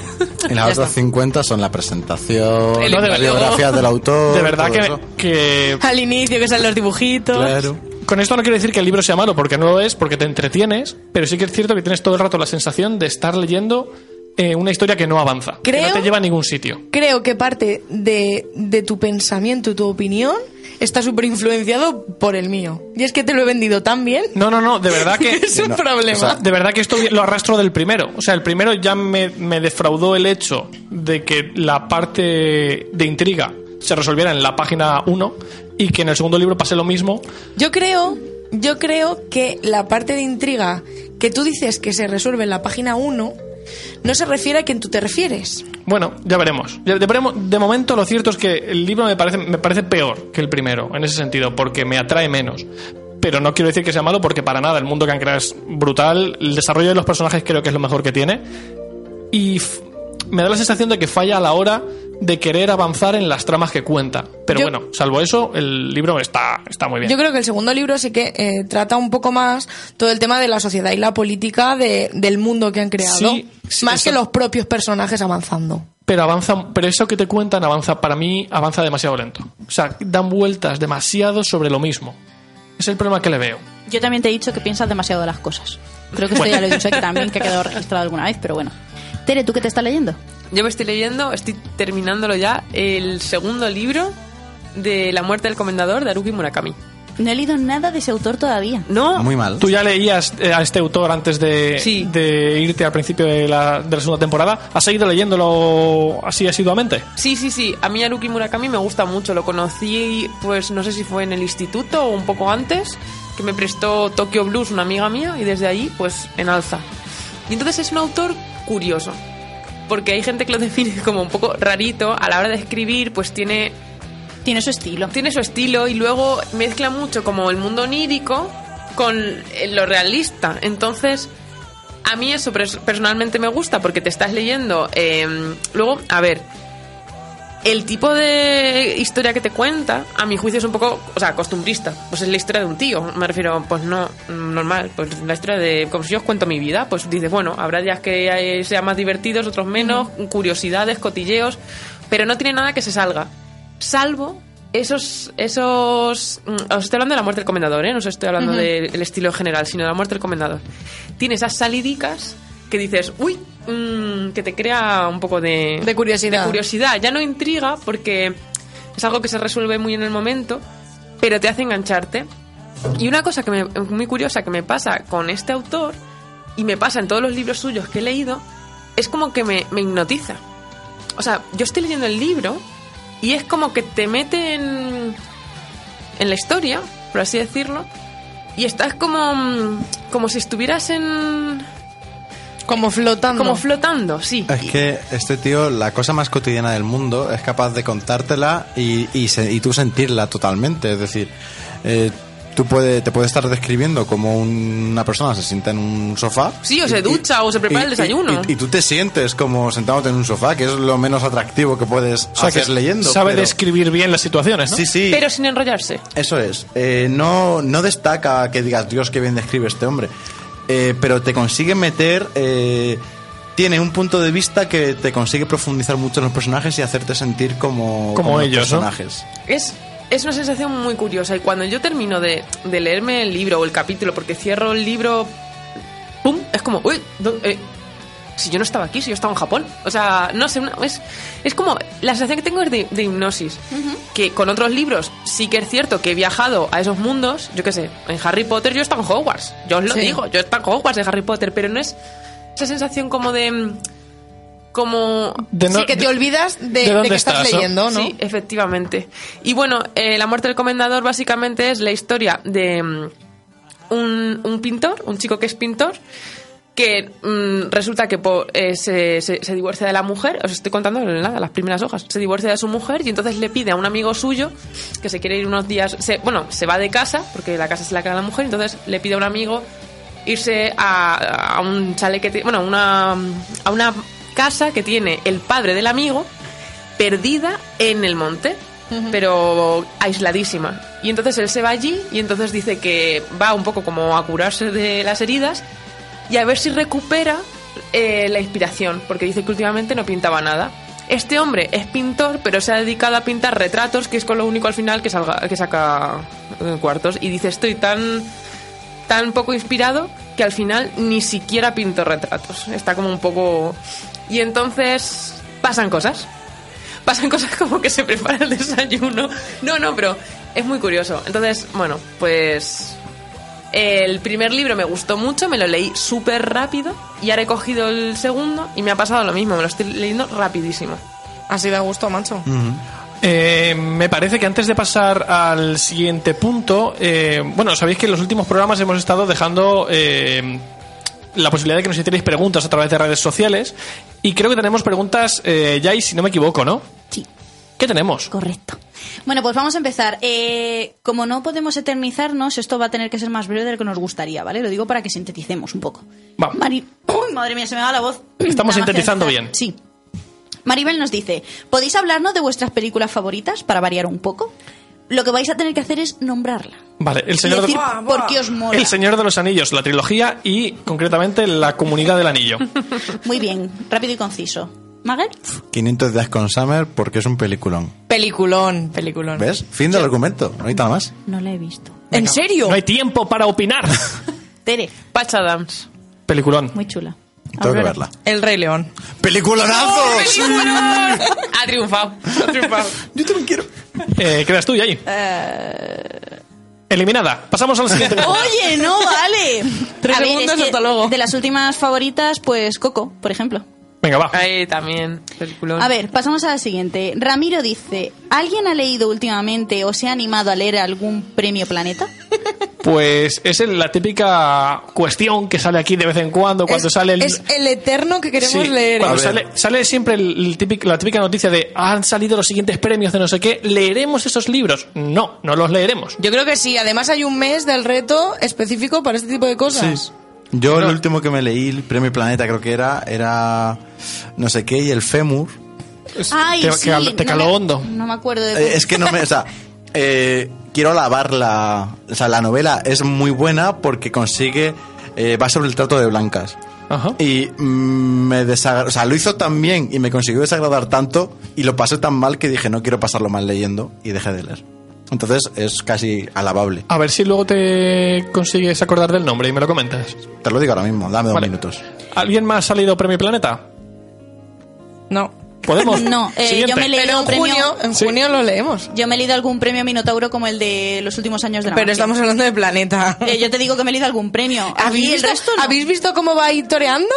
Y las otras 50 son la presentación,
El
las
inventario.
biografías del autor...
de verdad
Oh, todo
que,
eso.
que
Al inicio que salen los dibujitos.
Claro.
Con esto no quiero decir que el libro sea malo, porque no lo es, porque te entretienes, pero sí que es cierto que tienes todo el rato la sensación de estar leyendo eh, una historia que no avanza, que
Creo-
no te lleva a ningún sitio.
Creo que parte de, de tu pensamiento y tu opinión está súper influenciado por el mío. Y es que te lo he vendido tan bien.
No, no, no, de verdad que...
*laughs* Es un
No,
problema.
o sea,
De verdad que esto lo arrastro del primero. O sea, el primero ya me, me defraudó el hecho de que la parte de intriga se resolviera en la página 1 y que en el segundo libro pase lo mismo.
Yo creo, yo creo que la parte de intriga que tú dices que se resuelve en la página 1 no se refiere a quien tú te refieres.
Bueno, ya veremos. Ya- De, veremos- de momento lo cierto es que el libro me parece, me parece peor que el primero, en ese sentido, porque me atrae menos. Pero no quiero decir que sea malo porque para nada, el mundo que han creado es brutal, el desarrollo de los personajes creo que es lo mejor que tiene. Y f- me da la sensación de que falla a la hora de querer avanzar en las tramas que cuenta. Pero
Yo-
bueno, salvo eso, el libro está, está muy bien.
Yo creo que el segundo libro sí que eh, trata un poco más todo el tema de la sociedad y la política de- del mundo que han creado,
Sí, sí,
más
eso-
que los propios personajes avanzando.
pero avanza pero eso que te cuentan avanza para mí avanza demasiado lento o sea dan vueltas demasiado sobre lo mismo es el problema que le veo
Yo también te he dicho que piensas demasiado de las cosas. Creo que esto ya lo he dicho aquí también, que ha quedado registrado alguna vez, pero bueno. Tere, ¿tú qué te estás leyendo?
Yo me estoy leyendo, estoy terminándolo ya, el segundo libro de La muerte del comendador de Haruki Murakami.
No he leído nada de ese autor todavía.
No,
Muy mal.
tú ya leías eh, a este autor antes de,
Sí.
de irte al principio de la, de la segunda temporada has seguido leyéndolo así asiduamente
Sí, sí, sí. A mí Haruki Murakami me gusta mucho. Lo conocí, pues no sé si fue en el instituto o un poco antes, que me prestó Tokyo Blues una amiga mía y desde ahí, pues en alza. Y entonces es un autor curioso, porque hay gente que lo *laughs* define como un poco rarito. A la hora de escribir, pues tiene
Tiene su estilo.
tiene su estilo y luego mezcla mucho como el mundo onírico con eh, lo realista. Entonces, a mí eso pres- personalmente me gusta porque te estás leyendo. eh, luego, a ver, el tipo de historia que te cuenta, a mi juicio es un poco, o sea, costumbrista. Pues es la historia de un tío, me refiero, pues no, mm, normal. Pues la historia de, como si yo os cuento mi vida, pues dices, bueno, habrá días que eh, sean más divertidos, otros menos, curiosidades, cotilleos, pero no tiene nada que se salga. Salvo esos, esos, mm, os estoy hablando de la muerte del comendador, ¿eh? No os estoy hablando del el estilo general, sino de la muerte del comendador. Tiene esas salidicas que dices, uy, mm, que te crea un poco de,
De curiosidad.
de curiosidad. Ya no intriga porque es algo que se resuelve muy en el momento, pero te hace engancharte. Y una cosa que me- muy curiosa que me pasa con este autor y me pasa en todos los libros suyos que he leído es como que me, me hipnotiza. O sea, yo estoy leyendo el libro y es como que te mete en, en la historia, por así decirlo, y estás como, mm, como si estuvieras en...
Como flotando.
como flotando, sí.
Es que este tío, la cosa más cotidiana del mundo, es capaz de contártela y, y, se- y tú sentirla totalmente. Es decir, eh, tú puede, te puede estar describiendo como una persona se sienta en un sofá.
Sí, o se ducha, o se prepara el desayuno.
Y, y tú te sientes como sentándote en un sofá, que es lo menos atractivo que puedes
O sea, que
hacer leyendo.
sabe
pero-
describir bien las situaciones, ¿no?
Sí, sí.
Pero sin enrollarse.
Eso es. Eh, no, no destaca que digas, Dios, qué bien describe este hombre. Eh, pero te consigue meter. eh, tiene un punto de vista que te consigue profundizar mucho en los personajes y hacerte sentir como,
Como ellos,
los
¿no?
personajes.
Es, es una sensación muy curiosa y cuando yo termino de, de leerme el libro o el capítulo, porque cierro el libro, ¡pum! Es como, uy, do- eh, si yo no estaba aquí, si yo estaba en Japón. O sea, no sé, una- es, es como, la sensación que tengo es de, de hipnosis, que con otros libros sí que es cierto que he viajado a esos mundos, yo qué sé, en Harry Potter yo estaba en Hogwarts, yo os lo
Sí.
digo, yo estaba en Hogwarts de Harry Potter, pero no es esa sensación como de... mm, Como
De no-
sí, que te olvidas de, de
dónde
que estás,
estás, ¿no?
leyendo, ¿no?
Sí, efectivamente. Y bueno, eh, La muerte del comendador básicamente es la historia de mm, un, un pintor, un chico que es pintor, que mm, resulta que po- eh, se, se- se divorcia de la mujer, os estoy contando nada, las primeras hojas, se divorcia de su mujer y entonces le pide a un amigo suyo que se quiere ir unos días, se- bueno, se va de casa, porque la casa se la queda la mujer, entonces le pide a un amigo irse a, a un chalet que ti- bueno, a una, a una casa que tiene el padre del amigo perdida en el monte, pero aisladísima. Y entonces él se va allí y entonces dice que va un poco como a curarse de las heridas y a ver si recupera eh, la inspiración, porque dice que últimamente no pintaba nada. Este hombre es pintor, pero se ha dedicado a pintar retratos, que es con lo único al final que, salga, que saca eh, cuartos. Y dice, estoy tan, tan poco inspirado que al final ni siquiera pinto retratos. Está como un poco... Y entonces pasan cosas pasan cosas como que se prepara el desayuno. No, no, pero es muy curioso. Entonces, bueno, pues el primer libro me gustó mucho, me lo leí súper rápido y ahora he cogido el segundo y me ha pasado lo mismo, me lo estoy leyendo rapidísimo.
Así da gusto, macho.
Mm. Eh, me parece que antes de pasar al siguiente punto, eh, bueno, sabéis que en los últimos programas hemos estado dejando eh, la posibilidad de que nos hicierais preguntas a través de redes sociales y creo que tenemos preguntas, eh, Jai, si no me equivoco, ¿no?
Sí.
¿Qué tenemos?
Correcto. Bueno, pues vamos a empezar. Eh, como no podemos eternizarnos, esto va a tener que ser más breve de lo que nos gustaría, ¿vale? Lo digo para que sinteticemos un poco.
Vamos.
Mari- ¡Uy, madre mía, se me va la voz.
Estamos
La magia
sintetizando
del-
bien.
Sí. Maribel nos dice, ¿podéis hablarnos de vuestras películas favoritas para variar un poco? Lo que vais a tener que hacer es nombrarla.
Vale, el señor,
y decir
de...
por qué os mola.
el señor de los Anillos, la trilogía y concretamente la comunidad del anillo.
Muy bien, rápido y conciso. ¿Magel?
500 días con Summer porque es un peliculón.
Peliculón, peliculón.
¿Ves? Fin del argumento. No hay nada más.
No la he visto.
¿En serio?
No hay tiempo para opinar.
Eh, Tere,
Patch Adams.
Peliculón.
muy chula.
Tengo que
Aurora.
verla.
El Rey León.
¡Peliculonazos!
Ha triunfado, ha triunfado.
Yo también quiero.
Eh, ¿Qué das tú, Jai? Eliminada. Pasamos al siguiente.
Oh. Oye, no vale.
Tres
A ver,
segundos,
es que
hasta luego.
De las últimas favoritas, pues Coco, por ejemplo.
Venga, va.
Ahí también, peliculón.
A ver, pasamos a la siguiente. Ramiro dice, ¿alguien ha leído últimamente o se ha animado a leer algún premio Planeta?
Pues es el- la típica cuestión que sale aquí de vez en cuando, cuando
es,
sale el...
es el eterno que queremos
Sí,
leer.
cuando
A ver.
sale, sale siempre el- el típico- la típica noticia de han salido los siguientes premios de no sé qué, ¿leeremos esos libros? No, no los leeremos.
Yo creo que sí. Además hay un mes del reto específico para este tipo de cosas.
Yo el último que me leí, el Premio Planeta creo que era, era no sé qué, y el Fémur.
Es-
Ay,
te,
sí,
que al- te
no
caló
me-
hondo.
No me acuerdo de
Eh, es que no me. O sea, eh, quiero alabar la. O sea, la novela es muy buena porque consigue. eh, va sobre el trato de blancas.
Ajá.
Y mm, me desagradó. O sea, lo hizo tan bien y me consiguió desagradar tanto y lo pasé tan mal que dije, no quiero pasarlo mal leyendo y dejé de leer. Entonces es casi alabable.
A ver si luego te consigues acordar del nombre y me lo comentas.
Te lo digo ahora mismo, dame dos
Vale.
minutos.
¿Alguien más ha salido Premio Planeta?
No.
¿Podemos?
No, eh,
Siguiente.
yo me leí
Pero
un
en
premio.
junio, en
Sí.
junio lo leemos.
Yo me he leído algún premio Minotauro como el de los últimos años de la
Pero
magia.
estamos hablando de planeta.
Eh, yo te digo que me he leído algún premio. A mí
¿Habéis
el
visto,
resto no.
¿Habéis visto cómo va ahí toreando?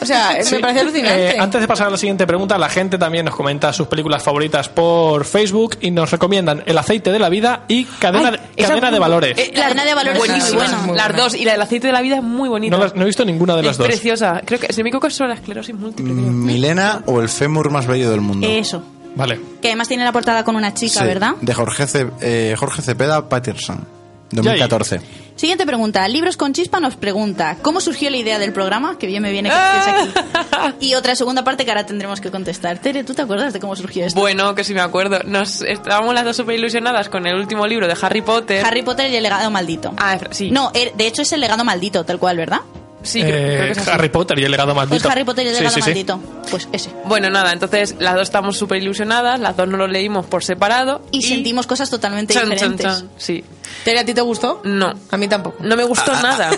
O sea, *laughs* eh,
Sí.
me parece alucinante.
Eh, antes de pasar a la siguiente pregunta, la gente también nos comenta sus películas favoritas por Facebook y nos recomiendan El aceite de la vida y Cadena, de,
Ay, esa-
Cadena de Valores.
Eh,
La cadena de valores es muy
buenísimas.
buena. Muy
Las
buena.
dos. Y la del aceite de la vida es muy bonita.
no, las- no he visto ninguna de las
es
dos. Mm.
preciosa. Creo que, si me equivoco, es sobre la esclerosis múltiple. creo.
Milena o el fémur más bello del mundo.
Eso.
Vale.
Que además tiene la portada con una chica,
Sí,
¿verdad?
De Jorge, Ce- eh, Jorge Cepeda Patterson, 2014.
Siguiente pregunta. Libros con Chispa nos pregunta: ¿Cómo surgió la idea del programa? Que bien me viene que estés aquí. Y otra segunda parte que ahora tendremos que contestar. Tere, ¿tú te acuerdas de cómo surgió esto?
Bueno, que si me acuerdo. Nos estábamos las dos súper ilusionadas con el último libro de Harry Potter.
Harry Potter y el legado maldito.
Ah, es- sí.
No, er- de hecho es el legado maldito, tal cual, ¿verdad?
Sí, creo,
Eh,
creo que es así.
Harry Potter y el legado maldito.
Pues Harry Potter y el
Sí,
legado
sí, sí.
maldito. Pues ese.
Bueno, nada, entonces las dos estamos súper ilusionadas, las dos no lo leímos por separado.
Y, sentimos cosas totalmente
Chan, chan,
diferentes.
chan. Sí.
Tere, ¿a ti te gustó?
No.
A mí tampoco.
No me gustó nada.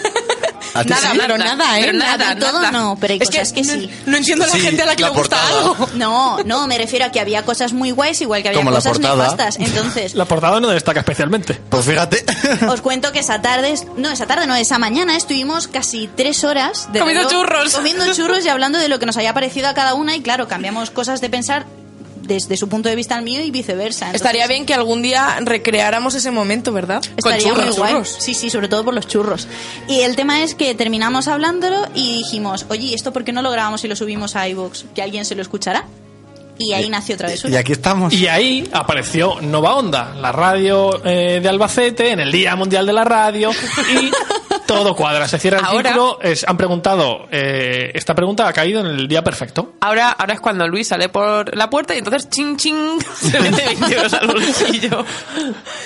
¿A ti
Nada,
sí?
pero nada, ¿eh?
Pero
Nada,
nada,
todo
nada.
no, pero hay cosas que,
no,
sí.
no entiendo a la
Sí,
gente a la que
la
le gusta
portada.
algo.
No, no, me refiero a que había cosas muy guays, igual que había
Como la
cosas
portada.
nefastas.
*laughs*
Entonces,
La portada no destaca especialmente.
Pues fíjate. *laughs*
os cuento que esa tarde, no, esa tarde, no, esa mañana estuvimos casi tres horas de
Comiendo
reloj,
churros.
Comiendo
*laughs*
churros y hablando de lo que nos había parecido a cada una, y claro, cambiamos cosas de pensar desde su punto de vista al mío y viceversa. Entonces,
Estaría bien que algún día recreáramos ese momento, ¿verdad?
Estaría
churros,
muy guay.
churros.
Sí, sí, sobre todo por los churros. Y el tema es que terminamos hablándolo y dijimos, oye, ¿y ¿esto por qué no lo grabamos y lo subimos a iVoox? ¿Que alguien se lo escuchará? Y ahí nació otra vez.
y aquí estamos.
Y ahí apareció Nova Onda, la radio eh, de Albacete, en el Día Mundial de la Radio, y todo cuadra. Se cierra el
Ahora-
círculo. es- han preguntado, eh, esta pregunta ha caído en el día perfecto.
Ahora, ahora es cuando Luis sale por la puerta y entonces ching ching *laughs* se mete 20 euros al bolsillo.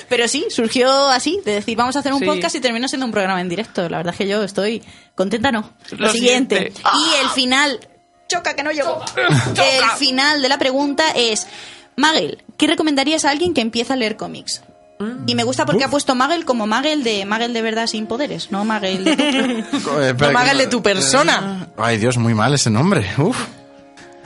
Pero sí, surgió así, de decir, vamos a hacer un
Sí.
podcast y terminó siendo un programa en directo. La verdad es que yo estoy contenta, ¿no? Lo,
Lo
siguiente.
siguiente.
Y el final... Choca que no llegó. El final de la pregunta es, Magel, ¿qué recomendarías a alguien que empieza a leer cómics? Y me gusta porque ha puesto Magel como Magel de Magel de verdad sin poderes, no Magel de tú.
Eh, *laughs* espera,
no
que- Eh,
háganle tu persona.
Ay, Dios, muy mal ese nombre. Uf.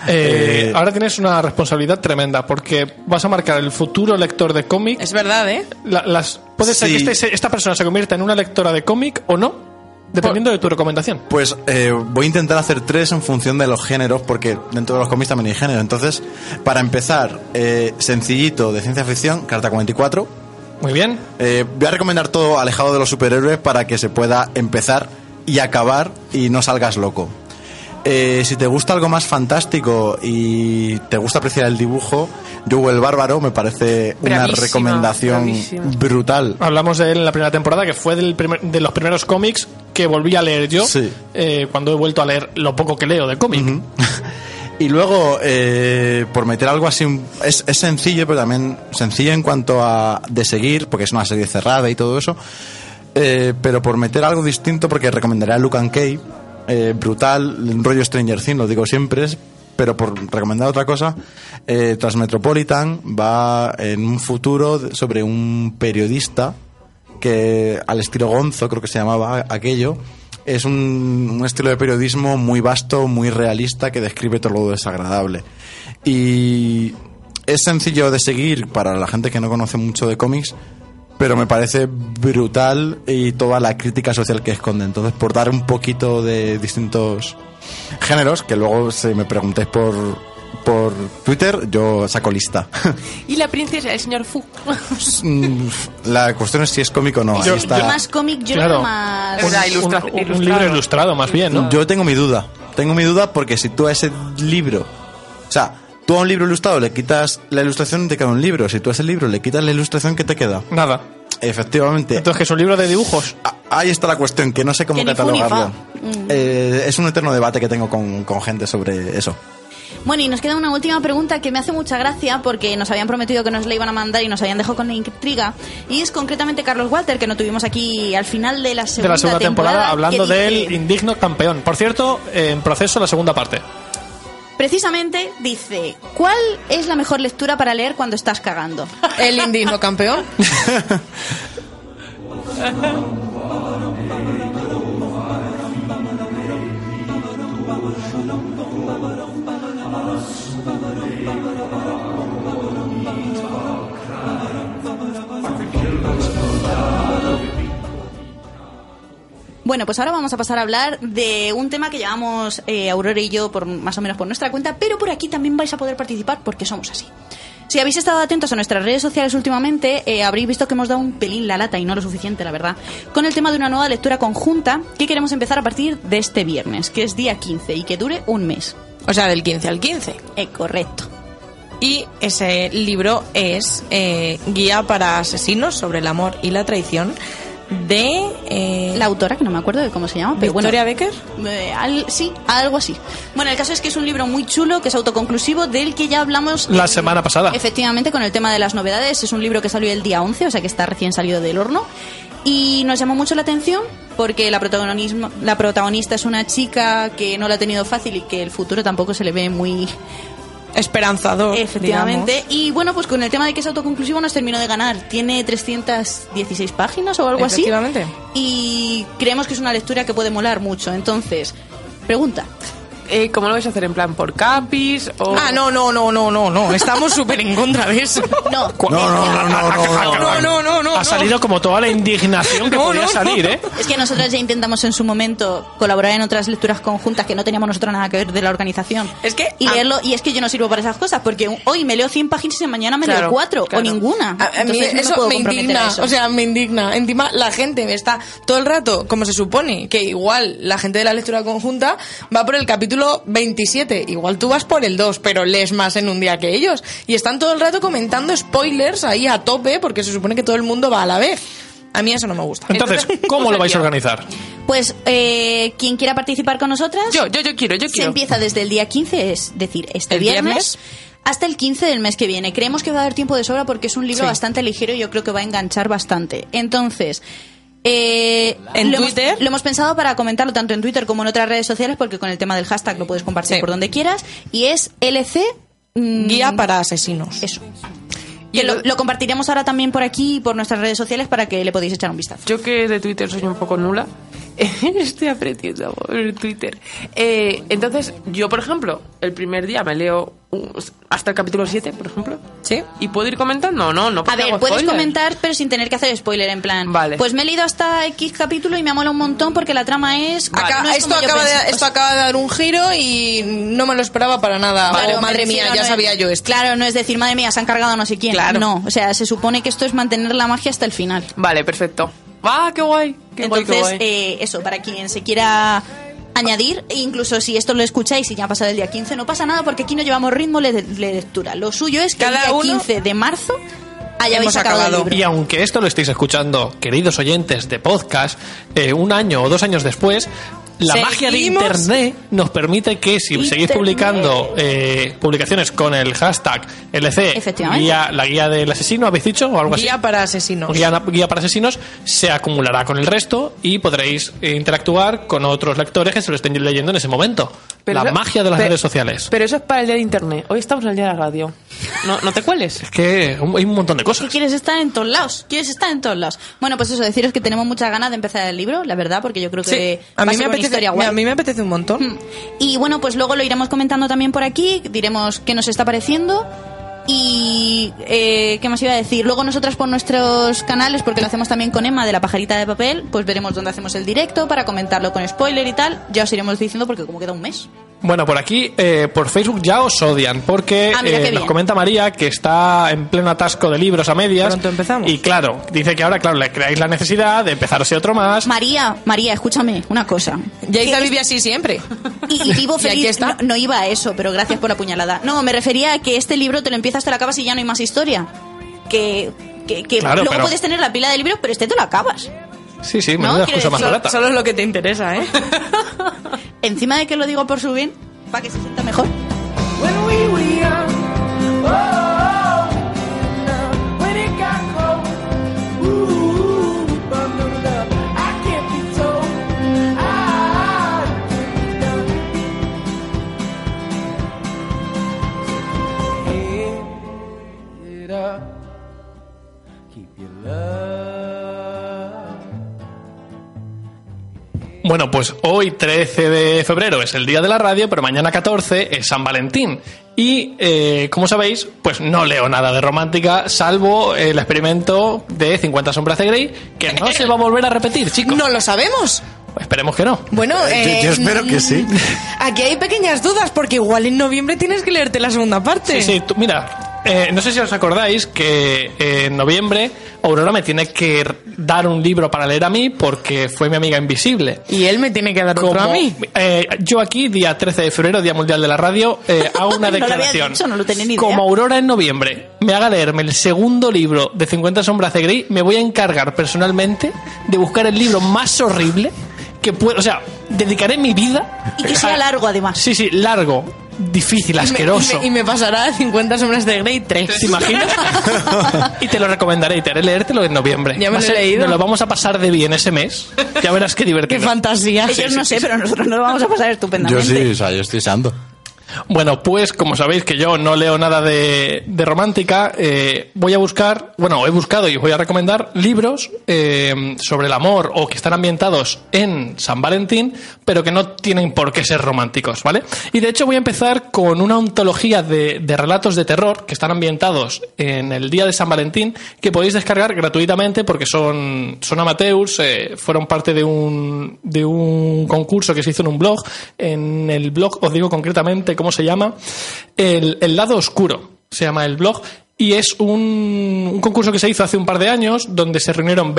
Eh,
Eh,
ahora tienes una responsabilidad tremenda porque vas a marcar el futuro lector de cómic.
Es verdad, ¿eh?
La- las, puede ser
Sí.
que este- esta persona se convierta en una lectora de cómic o no, dependiendo de tu recomendación.
Pues eh, voy a intentar hacer tres en función de los géneros, porque dentro de los cómics también hay género. Entonces, para empezar, eh, sencillito de ciencia ficción, carta 44.
Muy bien.
Eh, voy a recomendar todo alejado de los superhéroes para que se pueda empezar y acabar y no salgas loco. Eh, si te gusta algo más fantástico y te gusta apreciar el dibujo, Yugo el Bárbaro me parece una
Bravísima,
recomendación
bravísima.
brutal.
Hablamos de él en la primera temporada, que fue del primer- de los primeros cómics que volví a leer yo
Sí.
eh, cuando he vuelto a leer lo poco que leo de cómic.
Y luego, eh, por meter algo así, un- es, es sencillo, pero también sencillo en cuanto a de seguir, porque es una serie cerrada y todo eso. Eh, pero por meter algo distinto, porque recomendaré a Lucan Kay, eh, brutal, un rollo Stranger Things, lo digo siempre, es- pero por recomendar otra cosa, eh, Transmetropolitan va en un futuro de- sobre un periodista que al estilo Gonzo, creo que se llamaba aquello, es un, un estilo de periodismo muy vasto, muy realista, que describe todo lo desagradable. Y es sencillo de seguir para la gente que no conoce mucho de cómics, pero me parece brutal y toda la crítica social que esconde. Entonces, por dar un poquito de distintos géneros, que luego si me preguntéis por, por Twitter, yo saco lista. *laughs*
Y la princesa, el señor Fu.
Mm, la cuestión es si es cómico o no. Ahí
Yo,
está.
yo más cómic, yo
Claro.
más...
Es verdad,
Un-
ilustra-
un- un
ilustrado.
libro ilustrado, más bien, ¿no?
Yo tengo mi duda. Tengo mi duda porque si tú a ese libro. O sea, tú a un libro ilustrado le quitas la ilustración, te queda un libro. Si tú a ese libro le quitas la ilustración, ¿qué te queda?
Nada.
Efectivamente.
Entonces, que es un libro de dibujos.
a- Ah, Ahí está la cuestión, que no sé cómo
Que ni fu ni
catalogarlo.
fa. Mm.
Eh, es un eterno debate que tengo con, con gente sobre eso.
Bueno, y nos queda una última pregunta que me hace mucha gracia porque nos habían prometido que nos la iban a mandar y nos habían dejado con la intriga. Y es concretamente Carlos Walter, que no tuvimos aquí al final de la
de
segunda,
la segunda temporada, hablando
que
del
dice-
indigno campeón. Por cierto, en proceso la segunda parte.
Precisamente dice, ¿cuál es la mejor lectura para leer cuando estás cagando?
El indigno campeón.
Bueno, pues ahora vamos a pasar a hablar de un tema que llevamos eh, Aurora y yo por más o menos por nuestra cuenta, pero por aquí también vais a poder participar porque somos así. Si habéis estado atentos a nuestras redes sociales últimamente, eh, habréis visto que hemos dado un pelín la lata y no lo suficiente, la verdad, con el tema de una nueva lectura conjunta que queremos empezar a partir de este viernes, que es día 15 y que dure un mes.
O sea, del 15 al 15.
Eh, correcto.
Y ese libro es eh, Guía para Asesinos sobre el Amor y la Traición de... eh,
La autora, que no me acuerdo de cómo se llama, pero bueno.
Victoria Becker.
Eh, al- sí, algo así. Bueno, el caso es que es un libro muy chulo, que es autoconclusivo, del que ya hablamos...
La
en-
semana pasada.
Efectivamente, con el tema de las novedades. Es un libro que salió el día 11, o sea que está recién salido del horno. Y nos llamó mucho la atención porque la, protagonismo- la protagonista es una chica que no la ha tenido fácil y que el futuro tampoco se le ve muy,
Esperanzador.
Efectivamente. Y bueno, pues con el tema de que es autoconclusivo nos terminó de ganar. Tiene 316 páginas o algo así.
Efectivamente.
Y creemos que es una lectura que puede molar mucho. Entonces, pregunta.
Eh, ¿Cómo lo vais a hacer? ¿En plan por capis? O...
Ah, no, no, no, no, no, no. Estamos súper en contra de
*laughs*
eso.
No.
No, no, no, no, no, no.
No, no, no, no.
ha salido como toda la indignación que
No,
podía
no, no.
salir, ¿eh?
Es que nosotras ya intentamos en su momento colaborar en otras lecturas conjuntas que no teníamos nosotros nada que ver de la organización.
Es que-
Y
ah.
leerlo, y es que yo no sirvo para esas cosas, porque hoy me leo 100 páginas y mañana me leo
Claro,
4
claro.
o ninguna.
A- a mí
Entonces, no
eso
puedo
me
comprometer
indigna,
a eso.
o sea, me indigna. Encima la gente me está todo el rato, como se supone, que igual la gente de la lectura conjunta va por el capítulo 27, igual tú vas por el 2, pero lees más en un día que ellos. Y están todo el rato comentando spoilers ahí a tope porque se supone que todo el mundo va a la vez. A mí eso no me gusta.
Entonces, ¿cómo lo vais a organizar?
Pues eh, quien quiera participar con nosotras.
Yo, yo, yo quiero, yo
Se
quiero.
empieza desde el día 15, es decir, este
¿El
viernes,
viernes?
hasta el 15 del mes que viene. Creemos que va a haber tiempo de sobra porque es un libro bastante ligero y yo creo que va a enganchar bastante. Entonces, eh,
¿En
lo hemos-
Twitter?
lo hemos pensado para comentarlo tanto en Twitter como en otras redes sociales porque con el tema del hashtag lo puedes compartir
Sí.
por donde quieras y es LC mm,
Guía para asesinos.
Eso. Que lo, lo compartiremos ahora también por aquí y por nuestras redes sociales para que le podéis echar un vistazo.
Yo que de Twitter soy un poco nula, *laughs* estoy aprendiendo a mover Twitter. Eh, entonces, yo, por ejemplo, el primer día me leo un- hasta el capítulo 7, por ejemplo.
¿Sí?
¿Y puedo ir comentando o no? no
A
porque
ver,
hago
puedes
spoiler.
comentar, pero sin tener que hacer spoiler, en plan.
Vale.
Pues me he leído hasta X capítulo y me mola un montón porque la trama es.
Acá-
no es
esto,
como yo
acaba de,
pensé.
esto acaba de dar un giro y no me lo esperaba para nada.
O sea,
O,
claro,
madre
me
mía,
refiero,
ya
no
sabía
es-
yo esto.
Claro, no es decir, madre mía, se han cargado a no sé quién.
Claro.
No, o sea, se supone que esto es mantener la magia hasta el final.
Vale, perfecto. ¡Ah, qué guay! ¡Qué guay, qué
Entonces,
guay!
eh, eso, para quien se quiera añadir, e incluso si esto lo escucháis y ya ha pasado el día 15, no pasa nada porque aquí no llevamos ritmo de de lectura. Lo suyo es que
Cada
el día
uno-
15 de marzo hayáis
Hemos
sacado
acabado.
el libro.
Y aunque esto lo estéis escuchando, queridos oyentes de podcast, eh, un año o dos años después, la
Seguimos.
magia de Internet nos permite que si seguís
Internet.
publicando eh, publicaciones con el hashtag LC,
Efectivamente.
guía- la guía del asesino, habéis dicho, o algo así.
Guía para asesinos.
Guía, guía para asesinos se acumulará con el resto y podréis eh, interactuar con otros lectores que se lo estén leyendo en ese momento. la
eso-
magia de las
pe-
redes sociales.
Pero eso es para el día de internet. Hoy estamos en el día de la radio. No, no te
*laughs*
cueles.
es que un- hay un montón de
que
cosas.
quieres estar en todos lados, quieres estar en todos lados. Bueno, pues eso, deciros que tenemos muchas ganas de empezar el libro, la verdad, porque yo creo que
a
va
mí,
a ser
me
una
apetece,
historia guay.
a mí me apetece un montón.
Mm. Y bueno, pues luego lo iremos comentando también por aquí, diremos qué nos está pareciendo y eh, qué más iba a decir. Luego nosotras por nuestros canales, porque lo hacemos también con Emma de la pajarita de papel, pues veremos dónde hacemos el directo para comentarlo con spoiler y tal. Ya os iremos diciendo porque como queda un mes.
Bueno, por aquí, eh, por Facebook ya os odian, porque
Ah, mira,
eh,
qué bien.
nos comenta María que está en pleno atasco de libros a medias.
Pronto empezamos.
Y claro, dice que ahora, claro, le creáis la necesidad de empezarse otro más.
María, María, escúchame una cosa.
Yaita vive así siempre.
Y, y vivo
*laughs* Y aquí
feliz.
está.
No, no iba a eso, pero gracias por la puñalada. No, me refería a que este libro te lo empiezas, te lo acabas y ya no hay más historia. Que, que, que
Claro,
luego
pero-
puedes tener la pila de libros, pero este te lo acabas.
Sí, sí,
No,
menuda
quiero
excusa más
decir,
barata.
Solo es lo que te
*laughs*
interesa, ¿eh?
Encima de que lo digo por su bien, para que se sienta mejor.
Well,
we were young. Oh, now when it got cold, ooh, bundled up. I can't be told. I couldn't help it. Head up, keep your love.
Bueno, pues hoy 13 de febrero es el día de la radio, pero mañana 14 es San Valentín. Y eh, como sabéis, pues no leo nada de romántica, salvo el experimento de 50 sombras de Grey, que no se va a volver a repetir, chicos.
No lo sabemos.
Esperemos que no.
Bueno,
Eh, yo- yo espero que sí.
*laughs* Aquí hay pequeñas dudas porque igual en noviembre tienes que leerte la segunda parte.
Sí, sí, tú- mira, eh, no sé si os acordáis que eh, en noviembre Aurora me tiene que r- dar un libro para leer a mí porque fue mi amiga invisible.
Y él me tiene que dar otro a
Como,
mí.
eh, yo aquí, día 13 de febrero, Día Mundial de la Radio,
*laughs*
eh, hago una
No lo había
declaración.
dicho, no lo tenía ni idea.
Como Aurora en noviembre me haga leerme el segundo libro de 50 sombras de Grey, me voy a encargar personalmente de buscar el libro más horrible que pueda... O sea, dedicaré mi vida...
Y que sea
a-
largo, además.
Sí, sí, largo, difícil,
Y me-
asqueroso.
Y me, y me pasará 50 sombras de Grey 3.
¿Te imaginas? y te lo recomendaré y te haré leértelo en noviembre.
Ya me
Va a
lo he
ser-
leído.
Nos lo vamos a pasar de bien ese mes. Ya verás qué
Qué
divertido.
fantasía.
Ellos no sé, pero nosotros nos lo vamos a pasar
Yo
estupendamente.
sí, o sea, yo estoy santo.
Bueno, pues como sabéis que yo no leo nada de, de romántica, eh, voy a buscar, bueno, he buscado y os voy a recomendar libros eh, sobre el amor o que están ambientados en San Valentín, pero que no tienen por qué ser románticos, ¿vale? Y de hecho voy a empezar con una ontología de, de relatos de terror que están ambientados en el día de San Valentín, que podéis descargar gratuitamente porque son, son amateurs, eh, fueron parte de un, de un concurso que se hizo en un blog. En el blog os digo concretamente cómo se llama. El, El lado oscuro se llama el blog. Y es un, un concurso que se hizo hace un par de años donde se reunieron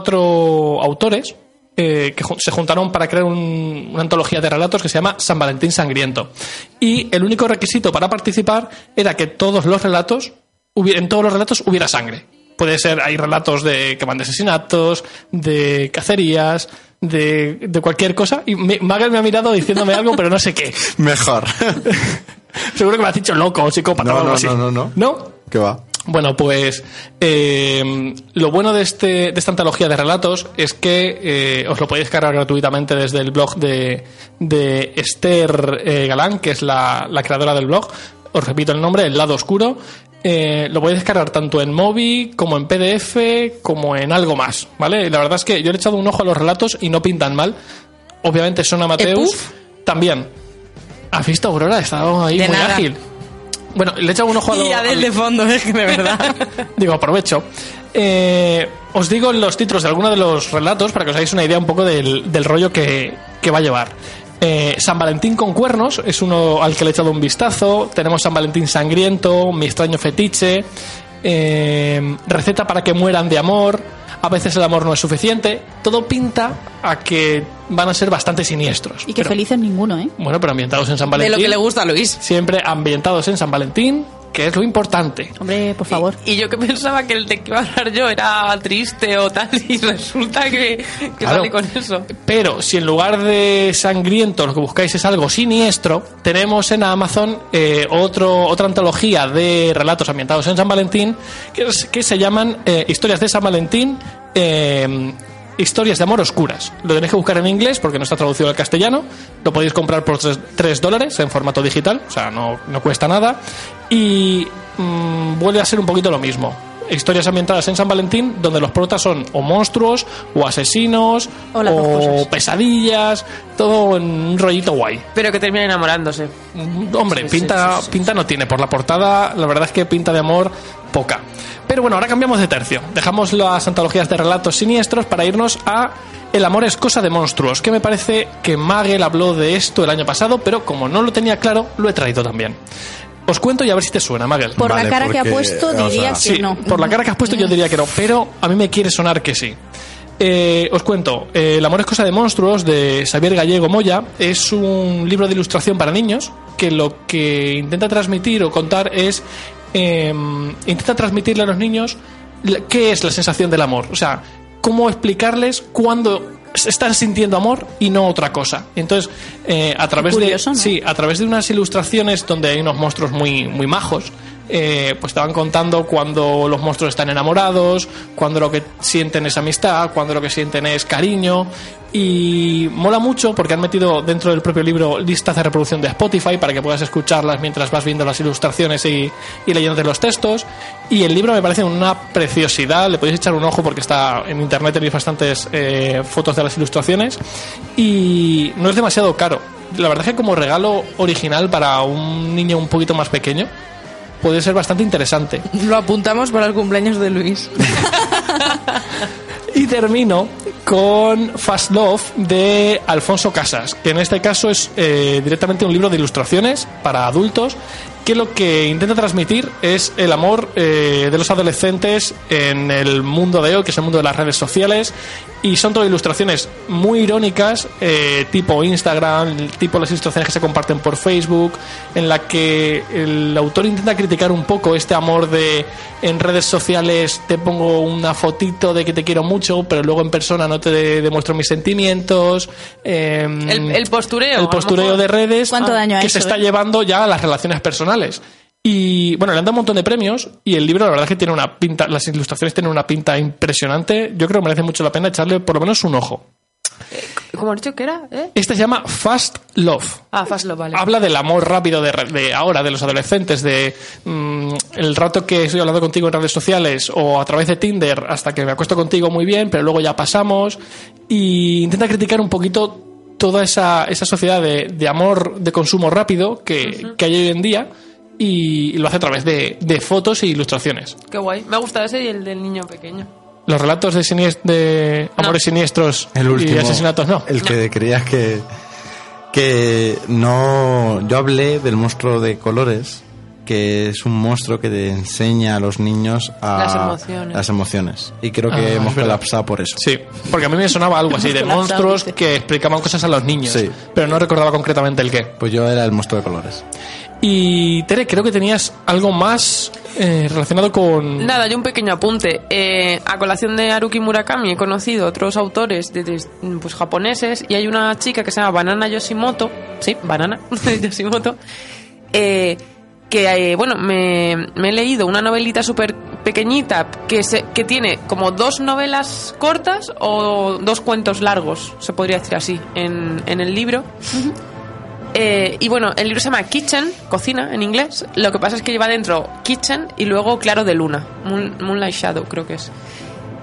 24 autores eh, que ju- se juntaron para crear un- una antología de relatos que se llama San Valentín Sangriento. Y el único requisito para participar era que todos los relatos hubi- en todos los relatos hubiera sangre. Puede ser, hay relatos de que van de asesinatos, de cacerías, de, de cualquier cosa. Y me- Magel me ha mirado diciéndome algo, pero no sé qué.
Mejor. *laughs*
Seguro que me has dicho loco o psicópata
No,
o algo
no,
así.
no, no, no.
¿No?
¿Qué va?
Bueno, pues eh, lo bueno de, este, de esta antología de relatos es que eh, os lo podéis cargar gratuitamente desde el blog de, de Esther eh, Galán, que es la, la creadora del blog. Os repito el nombre, El Lado Oscuro. Eh, lo podéis descargar tanto en móvil como en PDF como en algo más, ¿vale? La verdad es que yo le he echado un ojo a los relatos y no pintan mal. Obviamente son amateurs.
¿Epuf?
También. ¿Has visto, Aurora? Estaba ahí
De
muy
nada.
ágil. Bueno, le he echado un ojo a, lo-
Y ya
al-
desde fondo, es que de verdad.
Digo, aprovecho. Eh, os digo los títulos de algunos de los relatos para que os hagáis una idea un poco del, del rollo que, que va a llevar. Eh, San Valentín con cuernos es uno al que le he echado un vistazo. Tenemos San Valentín sangriento, mi extraño fetiche, eh, receta para que mueran de amor. A veces el amor no es suficiente. Todo pinta a que van a ser bastante siniestros.
Y que
Pero-
felices ninguno, ¿eh?
Bueno, pero ambientados en San
De
*laughs* Valentín.
lo que le gusta a Luis.
Siempre ambientados en San Valentín, que es lo importante.
Hombre, por favor.
Y yo que pensaba que el de que iba a hablar yo era triste o tal, y resulta que, que
Claro.
sale con eso.
Pero si en lugar de sangriento lo que buscáis es algo siniestro, tenemos en Amazon eh, otro, otra antología de relatos ambientados en San Valentín que, es- que se llaman eh, Historias de San Valentín, eh, Historias de Amor Oscuras. Lo tenéis que buscar en inglés porque no está traducido al castellano. Lo podéis comprar por 3, dólares en formato digital, o sea, no, no cuesta nada. Y mm, vuelve a ser un poquito lo mismo historias ambientadas en San Valentín donde los protas son o monstruos o asesinos
O las dos cosas.
o pesadillas, todo en un rollito guay.
Pero que termina enamorándose.
Mm, Hombre,
Mm-hmm. Sí,
pinta,
sí, sí, sí.
pinta no tiene por la portada, la verdad es que pinta de amor poca. Pero bueno, ahora cambiamos de tercio. Dejamos las antologías de relatos siniestros para irnos a El amor es cosa de monstruos, que me parece que Magel habló de esto el año pasado, pero como no lo tenía claro, lo he traído también. Os cuento y a ver si te suena, Magel.
Por
Vale,
la cara que ha
porque,
puesto,
o
diría
sea,
que
Sí,
no. Mm.
por la cara que has puesto yo diría que no, pero a mí me quiere sonar que sí. Eh, os cuento, eh, El amor es cosa de monstruos de Xavier Gallego Moya es un libro de ilustración para niños que lo que intenta transmitir o contar es, eh, intenta transmitirle a los niños la- qué es la sensación del amor, o sea, cómo explicarles cuándo están sintiendo amor y no otra cosa. Entonces, eh, a través
curioso,
de
¿no?
sí, a través de unas ilustraciones donde hay unos monstruos muy muy majos, eh, pues te van contando cuando los monstruos están enamorados, cuando lo que sienten es amistad, cuando lo que sienten es cariño y mola mucho porque han metido dentro del propio libro listas de reproducción de Spotify para que puedas escucharlas mientras vas viendo las ilustraciones y, y leyendo los textos. Y el libro me parece una preciosidad, le podéis echar un ojo porque está en internet, tenéis bastantes eh, fotos de las ilustraciones. Y no es demasiado caro. La verdad es que como regalo original para un niño un poquito más pequeño, puede ser bastante interesante.
Lo apuntamos para el cumpleaños de Luis.
Y termino con Fast Love de Alfonso Casas, que en este caso es eh, directamente un libro de ilustraciones para adultos, que lo que intenta transmitir es el amor eh, de los adolescentes en el mundo de hoy, que es el mundo de las redes sociales, y son todo ilustraciones muy irónicas, eh, tipo Instagram, tipo las ilustraciones que se comparten por Facebook, en la que el autor intenta criticar un poco este amor de en redes sociales te pongo una fotito de que te quiero mucho, pero luego en persona no te de- demuestro mis sentimientos. em,
El- el postureo,
El
a lo
postureo
mejor.
de redes
¿Cuánto daño ha
que
hecho,
se está
eh?
llevando ya a las relaciones personales. Y bueno, le han dado un montón de premios y el libro la verdad es que tiene una pinta, las ilustraciones tienen una pinta impresionante. Yo creo que merece mucho la pena echarle por lo menos un ojo.
¿Cómo has dicho que era? ¿Eh?
Este se llama Fast Love.
Ah, Faslo, vale.
Habla del amor rápido de, re- de ahora, de los adolescentes, de mm, el rato que estoy hablando contigo en redes sociales o a través de Tinder hasta que me acuesto contigo muy bien, pero luego ya pasamos. Y intenta criticar un poquito toda esa, esa sociedad de, de amor de consumo rápido que, que hay hoy en día y lo hace a través de, de fotos e ilustraciones.
Qué guay. Me ha gustado ese y el del niño pequeño.
Los relatos de, sinies- de amores siniestros
El último.
y asesinatos no.
El que creías que. Que no. Yo hablé del monstruo de colores, que es un monstruo que te enseña a los niños a.
Las emociones.
las emociones. Y creo que
Ah, es
hemos
verdad.
colapsado por eso.
Sí, porque a mí me sonaba algo
*laughs*
así de
Colapsado,
monstruos
dice.
que explicaban cosas a los niños,
Sí.
pero no recordaba concretamente el qué.
Pues yo era el monstruo de colores.
Y Tere, creo que tenías algo más eh, relacionado con...
Nada, yo un pequeño apunte. Eh, a colación de Haruki Murakami he conocido otros autores de, de- pues, japoneses y hay una chica que se llama Banana Yoshimoto, sí, Banana *laughs* Yoshimoto, eh, que, eh, bueno, me, me he leído una novelita súper pequeñita que, se, que tiene como dos novelas cortas o dos cuentos largos, se podría decir así, en, en el libro. Eh, y bueno, el libro se llama Kitchen, cocina en inglés. Lo que pasa es que lleva dentro Kitchen y luego Claro de Luna, Moon- Moonlight Shadow creo que es.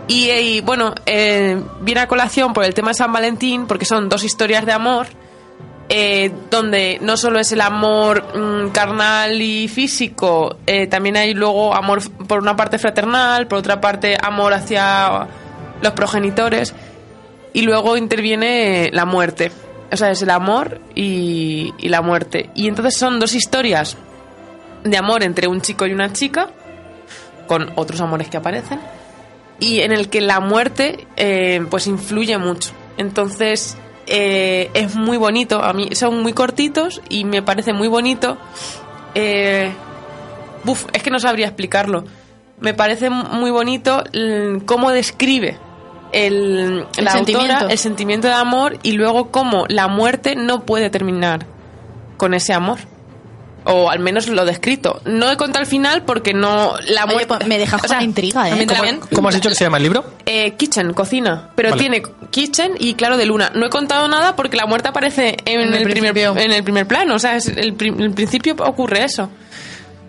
Y, eh, y, bueno, eh, viene a colación por el tema de San Valentín, porque son dos historias de amor, eh, donde no solo es el amor mm, carnal y físico, eh, también hay luego amor f- por una parte fraternal, por otra parte amor hacia los progenitores, y luego interviene eh, la muerte. O sea, es el amor y, y la muerte. Y entonces son dos historias de amor entre un chico y una chica, con otros amores que aparecen y en el que la muerte eh, pues influye mucho. Entonces eh, es muy bonito, a mí son muy cortitos y me parece muy bonito. Eh, buf, es que no sabría explicarlo. Me parece muy bonito mm, cómo describe el,
El
la
sentimiento.
autora el sentimiento de amor y luego cómo la muerte no puede terminar con ese amor. O al menos lo descrito. No he contado el final porque no la
Oye,
muerte
pues, me deja
o
con
sea,
la intriga, ¿eh?
a mí
¿Cómo-
también.
¿Cómo has dicho que se llama el libro?
Eh, kitchen, cocina. Pero
Vale.
tiene kitchen y claro de luna. No he contado nada porque la muerte aparece en,
En el
el, primer,
principio.
en el primer plano. O sea, es el, pri- en principio ocurre eso.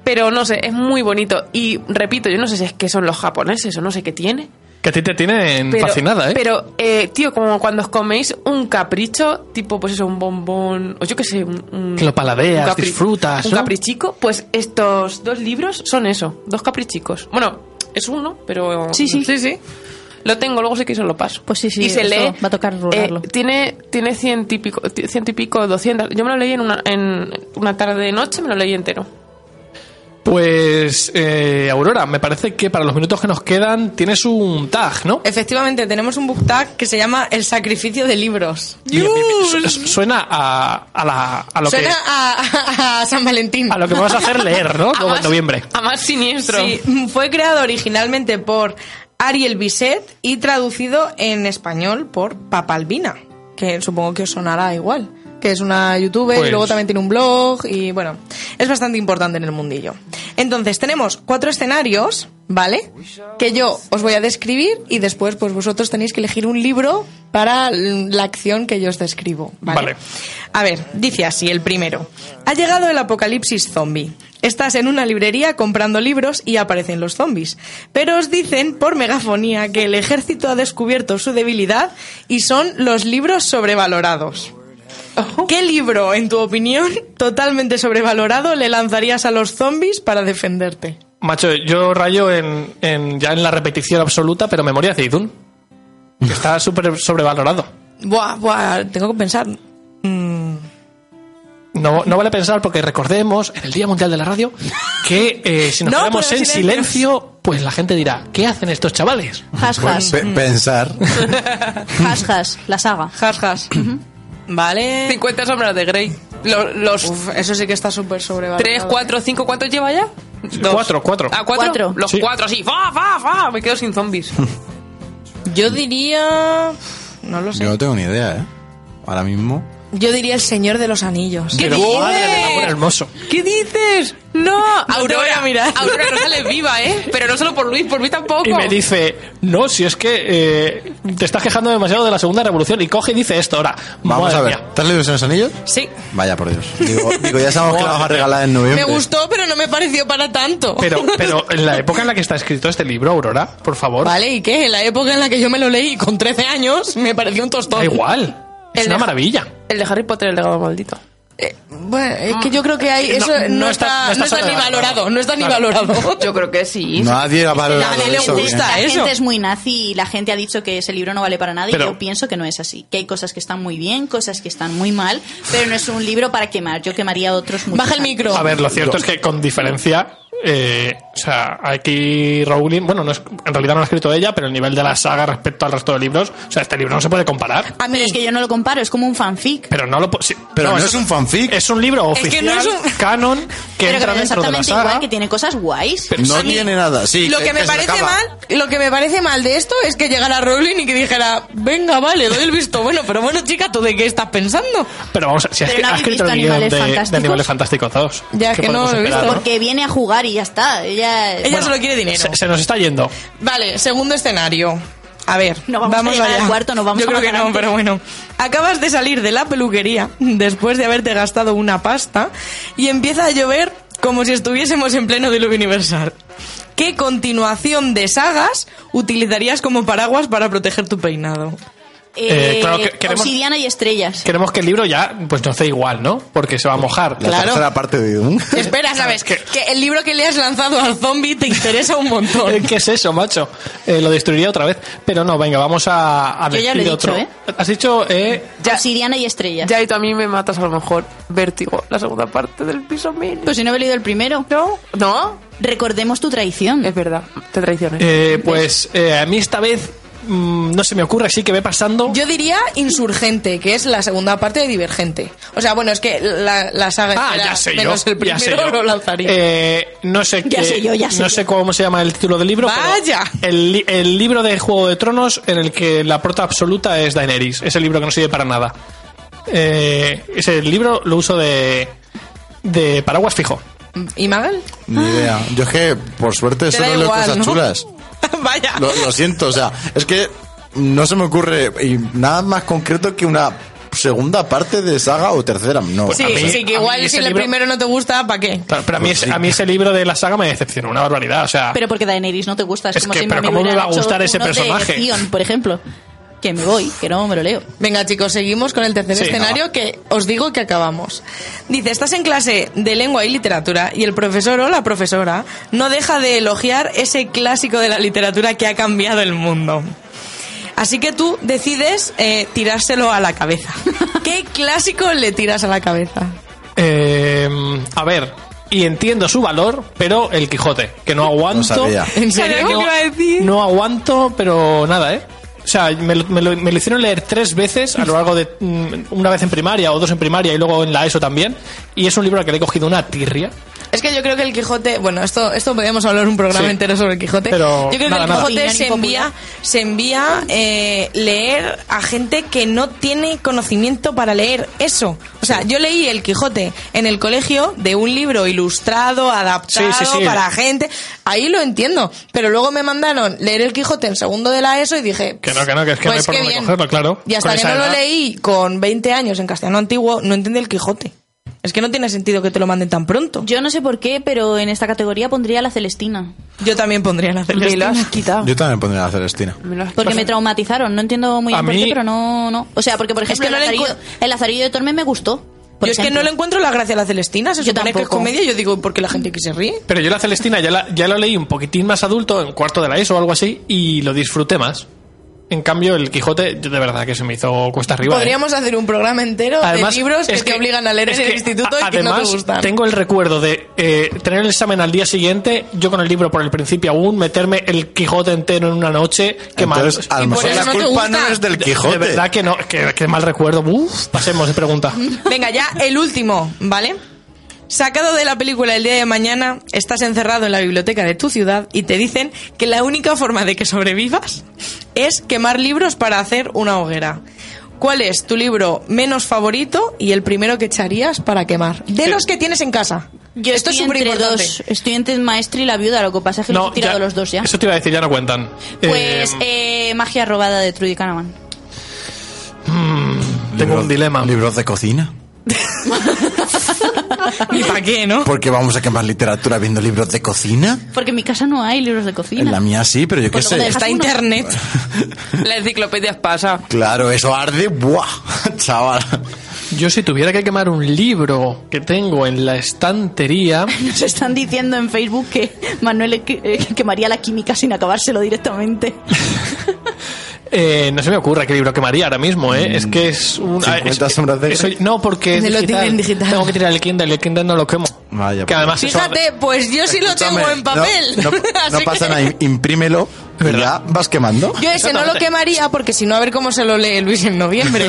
Pero no sé, es muy bonito. Y repito, yo no sé si es que son los japoneses o no sé qué tiene.
Que a ti te tienen
Pero,
fascinada, ¿eh?
Pero, eh, tío, como cuando os coméis un capricho, tipo, pues eso, un bombón, o yo qué sé, un. un-
Que lo paladeas,
un capri-
disfrutas,
Un
¿no?
caprichico, pues estos dos libros son eso, dos caprichicos. Bueno, es uno, pero.
Sí, sí.
Sí, sí. Lo tengo, luego sé que se lo paso.
Pues sí, sí,
Y se
eso
lee.
va a tocar rularlo.
eh, tiene tiene cien y pico, ti- cien y pico, doscientas. Yo me lo leí en una, en una tarde de noche, me lo leí entero.
Pues, eh, Aurora, me parece que para los minutos que nos quedan tienes un tag,
Eh,
¿no?
Efectivamente, tenemos un book tag que se llama El sacrificio de libros.
Bien, bien, bien. Su- Suena a, a, la, a lo
Suena
que...
a, a San Valentín.
A lo que me
*laughs*
vas a hacer leer, ¿no? Luego en noviembre.
A más siniestro.
Sí, fue creado originalmente por Ariel Bisset y traducido en español por Papalbina, que supongo que os sonará igual, que es una youtuber
Pues-
y luego también tiene un blog y bueno, es bastante importante en el mundillo. Entonces, tenemos cuatro escenarios, ¿vale? Que yo os voy a describir y después pues vosotros tenéis que elegir un libro para l- la acción que yo os describo,
Vale.
vale. A ver, dice así el primero. Ha llegado el apocalipsis zombie. Estás en una librería comprando libros y aparecen los zombies. Pero os dicen por megafonía que el ejército ha descubierto su debilidad y son los libros sobrevalorados. ¿Qué libro, en tu opinión, totalmente sobrevalorado le lanzarías a los zombies para defenderte?
Macho, yo rayo en, en- ya en la repetición absoluta, pero Memoria de Idun.
*laughs*
Que está súper sobrevalorado.
Buah, buah, tengo que pensar. Mm,
No, no vale pensar porque recordemos en el Día Mundial de la Radio que eh, si nos
No,
quedamos
pero
en
silencio.
silencio, pues la gente dirá, ¿qué hacen estos chavales?
Hasjas,
Pe- pensar.
hasjas, la saga.
jas, *clears throat* jas. vale.
50 sombras de Grey. Lo- Los,
Uf, eso sí que está súper sobrevalorado. eh.
3, 4, 5, ¿cuántos lleva ya? Dos.
Cuatro, cuatro.
Ah, cuatro.
Cuatro.
Los
Sí.
cuatro, sí. ¡Fa, fa, fa! Me quedo
*laughs*
sin zombies.
Yo diría... No lo sé.
Yo no tengo ni idea, ¿eh? Ahora mismo.
Yo diría El Señor de los Anillos.
Pero madre del amor hermoso.
¿Qué dices? No,
te voy
Aurora.
a mirar.
Aurora no sale viva, ¿eh? Pero no solo por Luis, por mí tampoco.
Y me dice, no, si es que eh, te estás quejando demasiado de la segunda revolución. Y coge y dice esto ahora.
Vamos
Madre
a ver.
mía.
¿Te has leído los anillos?
Sí.
Vaya por Dios.
*laughs*
Digo, digo, ya sabemos que la vas a regalar en noviembre.
Me gustó, pero no me pareció para tanto.
Pero, pero en la época en la que está escrito este libro, Aurora, por
*laughs*
favor,
Vale, ¿y qué? En la época en la que yo me lo leí con 13 años, me pareció un tostón.
da igual. Es
El
una
de-
maravilla.
El de Harry Potter, el legado maldito.
Eh, bueno, es que yo creo que hay,
No,
eso no, está, no
no está- no está
está ni
sobrevalorado.
valorado, no está ni
Claro. *laughs*
valorado.
Yo creo que sí.
Nadie ha valorado
Nadie le
eso,
gusta. ¿eh?
bien.
la
eso.
gente es muy nazi y la gente ha dicho que ese libro no vale para nada y
Pero-
yo pienso que no es así. Que hay cosas que están muy bien, cosas que están muy mal, pero no es un libro para quemar. Yo quemaría otros muchos.
Baja el
antes.
micro.
A ver, lo cierto es que con diferencia, eh, o sea, aquí Rowling, bueno, no es- en realidad no lo ha escrito ella, pero el nivel de la saga respecto al resto de libros, o sea, este libro no se puede comparar.
A mí-
Pero es que yo no lo comparo, es como un fanfic.
Pero no lo po- sí,
Pero no
eso
es un fanfic.
Es un libro oficial,
que no es un-
canon, que
Pero que
entra
me da
dentro de la
exactamente
saga.
igual, que tiene cosas guays.
No
A mí-
tiene nada. Sí,
lo que me
se le
parece
acaba.
mal, lo que me parece mal de esto es que llegara Rowling y que dijera, venga, vale, doy el visto bueno, pero bueno, chica, ¿tú de qué estás pensando?
Pero vamos, si has,
Pero no
has
habéis
escrito el
visto
guión de,
Animales
de
Fantásticos.
Animales Fantásticos 2.
Ya, es
¿qué
que no
podemos
lo he visto.
esperar, no?
Porque viene a jugar y ya está. Ella,
Ella solo quiere dinero.
Se, se nos está yendo.
Vale, segundo escenario. A ver,
No vamos a llegar
allá.
al cuarto, no vamos
Yo
a
creo que
matar
no,
antes.
pero bueno. Acabas de salir de la peluquería después de haberte gastado una pasta y empieza a llover como si estuviésemos en pleno diluvio universal. ¿Qué continuación de sagas utilizarías como paraguas para proteger tu peinado?
eh,
Eh, claro que- queremos-
obsidiana y estrellas.
Queremos que el libro ya pues nos dé igual, ¿no? Porque se va a mojar.
La tercera parte de Doom.
*laughs*
Ah,
Espera, ¿sabes? Que el libro que le has lanzado al zombie te interesa un
Eh, *laughs*
montón.
¿Qué es eso, macho? Eh, lo destruiría otra vez. Pero no, venga, vamos a, a
Yo ya lo he
decir
dicho,
otro.
¿eh?
Has dicho, eh,
Obsidiana y estrellas.
Ya, y tú a mí me matas a lo mejor. Vértigo, la segunda parte del piso mil.
Pues si no he leído el primero.
No, no.
Recordemos tu traición.
Es verdad, te traiciones.
eh, pues eh, a mí esta vez mm, no se me ocurre, así que ve pasando.
Yo diría Insurgente, que es la segunda parte de Divergente. O sea, bueno, es que la, la saga
Ah,
entera,
ya sé yo.
menos el
ya
primero
sé yo.
lo lanzaría.
Eh, no sé
Ya
qué-
sé yo, ya sé
No
yo.
sé cómo se llama el título del libro. pero
Vaya.
el, li- el libro de Juego de Tronos en el que la prota absoluta es Daenerys. Ese libro que no sirve para nada. Eh, ese libro lo uso de, de paraguas fijo.
¿Y Magal?
Ni idea. Yo es que, por suerte,
Te da
solo leo
igual,
cosas
¿no?
chulas.
*laughs* Vaya.
Lo, lo siento, o sea, es que no se me ocurre y nada más concreto que una segunda parte de saga o tercera. No,
sí,
a mí-
sí, que
a mí
igual
ese
si el
libro-
primero no te gusta, ¿para qué?
Claro, pero a mí,
Pues
ese-
sí.
a mí ese libro de la saga me decepcionó, una barbaridad. O sea,
Pero porque Daenerys no te gusta. Es,
Es
como
que,
si
pero
me
¿cómo me
hubieran
va a gustar
hecho
ese
uno de
personaje?
Theon, por ejemplo. Que me voy, que no me lo leo.
Venga, chicos, seguimos con el tercer
Sí,
escenario
no.
que os digo que acabamos. Dice, estás en clase de lengua y literatura y el profesor o la profesora no deja de elogiar ese clásico de la literatura que ha cambiado el mundo. Así que tú decides eh, tirárselo a
*laughs*
la cabeza. ¿Qué clásico le tiras a la cabeza?
eh, a ver, y entiendo su valor, pero el Quijote, que no aguanto.
sabía.
¿En serio?
No,
¿Qué iba a decir?
no aguanto, pero nada, ¿eh? O sea, me lo, me lo- me lo hicieron leer tres veces a lo largo de. mm, Una vez en primaria o dos en primaria y luego en la ESO también. Y es un libro al que le he cogido una tirria.
Es que yo creo que el Quijote, bueno, esto esto podríamos hablar un programa
Sí.
entero sobre el Quijote.
Pero
yo creo que
nada,
el
nada.
Quijote
Opinión
se
impopular.
envía se envía eh, leer a gente que no tiene conocimiento para leer eso. O sea, yo leí el Quijote en el colegio de un libro ilustrado, adaptado
Sí, sí, sí.
para gente. Ahí lo entiendo, pero luego me mandaron leer el Quijote en segundo de la ESO y dije, "Pues
Que no, que no, que es que no hay por
qué
dónde
bien.
cogerlo, claro.
Y hasta
Con
que
esa
no lo
edad.
leí con 20 años en castellano antiguo, no entendí el Quijote. Es que no tiene sentido que te lo manden tan pronto.
Yo no sé por qué, pero en esta categoría pondría a la Celestina.
Yo también pondría la
Me lo
Celestina.
has quitado.
Yo también pondría a Celestina.
Me lo has
Porque me traumatizaron. No entiendo muy
A
bien por qué,
mí-
pero no, no. O sea, porque por
Es
ejemplo
que no
el,
le
lazarillo, el Lazarillo de Tormes me gustó. por
Yo es que
ejemplo.
no le encuentro la gracia a la Celestina. Se
Yo
supone que es
tampoco.
comedia. Yo digo, ¿por qué la gente que se ríe?
Pero yo la Celestina ya la, ya lo leí un poquitín más adulto, en cuarto de la ESO o algo así, y lo disfruté más. En cambio, el Quijote, yo de verdad que se me hizo cuesta arriba. ¿eh?
Podríamos hacer un programa entero de libros que,
es
te obligan a leer
es
en el
que,
instituto
a-
y que no te
además,
gustan.
Tengo el recuerdo de eh, tener el examen al día siguiente, yo con el libro por el principio aún, meterme el Quijote entero en una noche, que mal.
Entonces, a lo
Y por
mejor
eso
la
no te
culpa
gusta.
no es del
De-
Quijote.
De verdad que no, que, que mal recuerdo. Uf, pasemos
*laughs*
de pregunta.
Venga, ya el último, ¿vale? Sacado de la película El día de mañana, estás encerrado en la biblioteca de tu ciudad y te dicen que la única forma de que sobrevivas es quemar libros para hacer una hoguera. ¿Cuál es tu libro menos favorito y el primero que echarías para quemar? De los que tienes en casa.
Yo
Esto
estoy
es súper
entre
importante.
dos. Estoy entre el maestro y la viuda. Lo que pasa es que los he tirado los dos ya.
Eso te iba a decir, ya no cuentan.
Pues
Eh,
eh, magia robada de Trudy Canavan.
tengo
Libros-
un dilema.
Libros de cocina.
¿Y para qué, no?
Porque vamos a quemar literatura viendo libros de cocina.
Porque en mi casa no hay libros de cocina.
En la mía sí, pero yo qué
Pues
sé.
luego dejas-
Está
uno.
internet.
La enciclopedia pasa.
Claro, eso arde. ¡Buah! *laughs* Chaval.
Yo si tuviera que quemar un libro que tengo en la *laughs* estantería...
*laughs* Nos están diciendo en Facebook que Manuel que- eh, quemaría la química sin acabárselo directamente.
Eh, no se me ocurre qué libro quemaría ahora mismo, ¿eh? es que es un... ah,
50
es-
Mm, sombras de
eso-
Grey.
no, porque es
Lo
digital.
tienen digital.
Tengo que tirar el Kindle, el Kindle no lo quemo.
Vaya,
que
pues.
además eso-
Fíjate, pues yo sí lo tengo en papel. *laughs*
No, no- no
Así
pasa
que-
nada, im- imprímelo. y Ya
¿Verdad?
vas quemando.
Yo ese no lo quemaría porque si no, a ver cómo se lo lee Luis en
*laughs*
noviembre.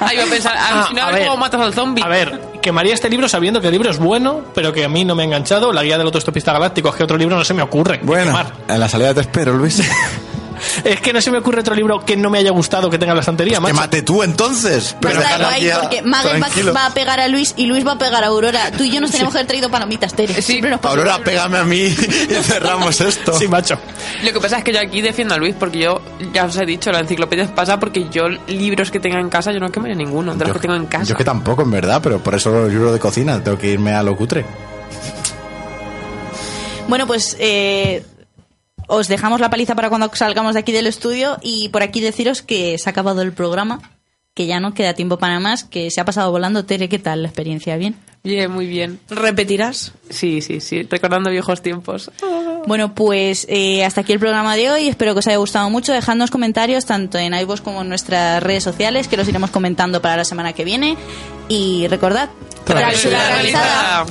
Ahí va a pensar,
Ah,
al final,
a ver.
¿cómo matas al zombie?
A ver, quemaría este libro sabiendo que el libro es bueno, pero que a mí no me ha enganchado. La guía del autostopista galáctico es que otro libro no se me ocurre. que
Bueno,
quemar.
en la salida te espero,
*laughs*
Luis.
Es que no se me ocurre otro libro que no me haya gustado que tenga en la estantería, macho.
Quémate tú entonces.
Pues
Va a
*laughs* Pero
estar
déjala
guay,
ya,
porque Magen va,
tranquilo.
va a pegar a Luis y Luis va a pegar a Aurora. Tú y yo nos tenemos que haber traído palomitas, Tere. Siempre nos pasa.
Aurora, pégame a mí *laughs* y cerramos esto.
Sí, macho.
Lo que pasa es que yo aquí defiendo a Luis porque yo, ya os he dicho, la enciclopedia pasa porque yo libros que tenga en casa yo no quemaría ninguno de los que tengo en casa.
Yo que tampoco, en verdad, pero por eso los libros de cocina. Tengo que irme a lo cutre.
Bueno, pues eh, os dejamos la paliza para cuando salgamos de aquí del estudio y por aquí deciros que se ha acabado el programa, que ya no queda tiempo para más, que se ha pasado volando. Tere, ¿qué tal la experiencia? ¿Bien?
Bien, muy bien.
¿Repetirás?
Sí, sí, sí. Recordando viejos tiempos.
Bueno, pues eh, hasta aquí el programa de hoy. Espero que os haya gustado mucho. Dejadnos comentarios tanto en iVoox como en nuestras redes sociales, que los iremos comentando para la semana que viene. Y recordad,
Travesura realizada.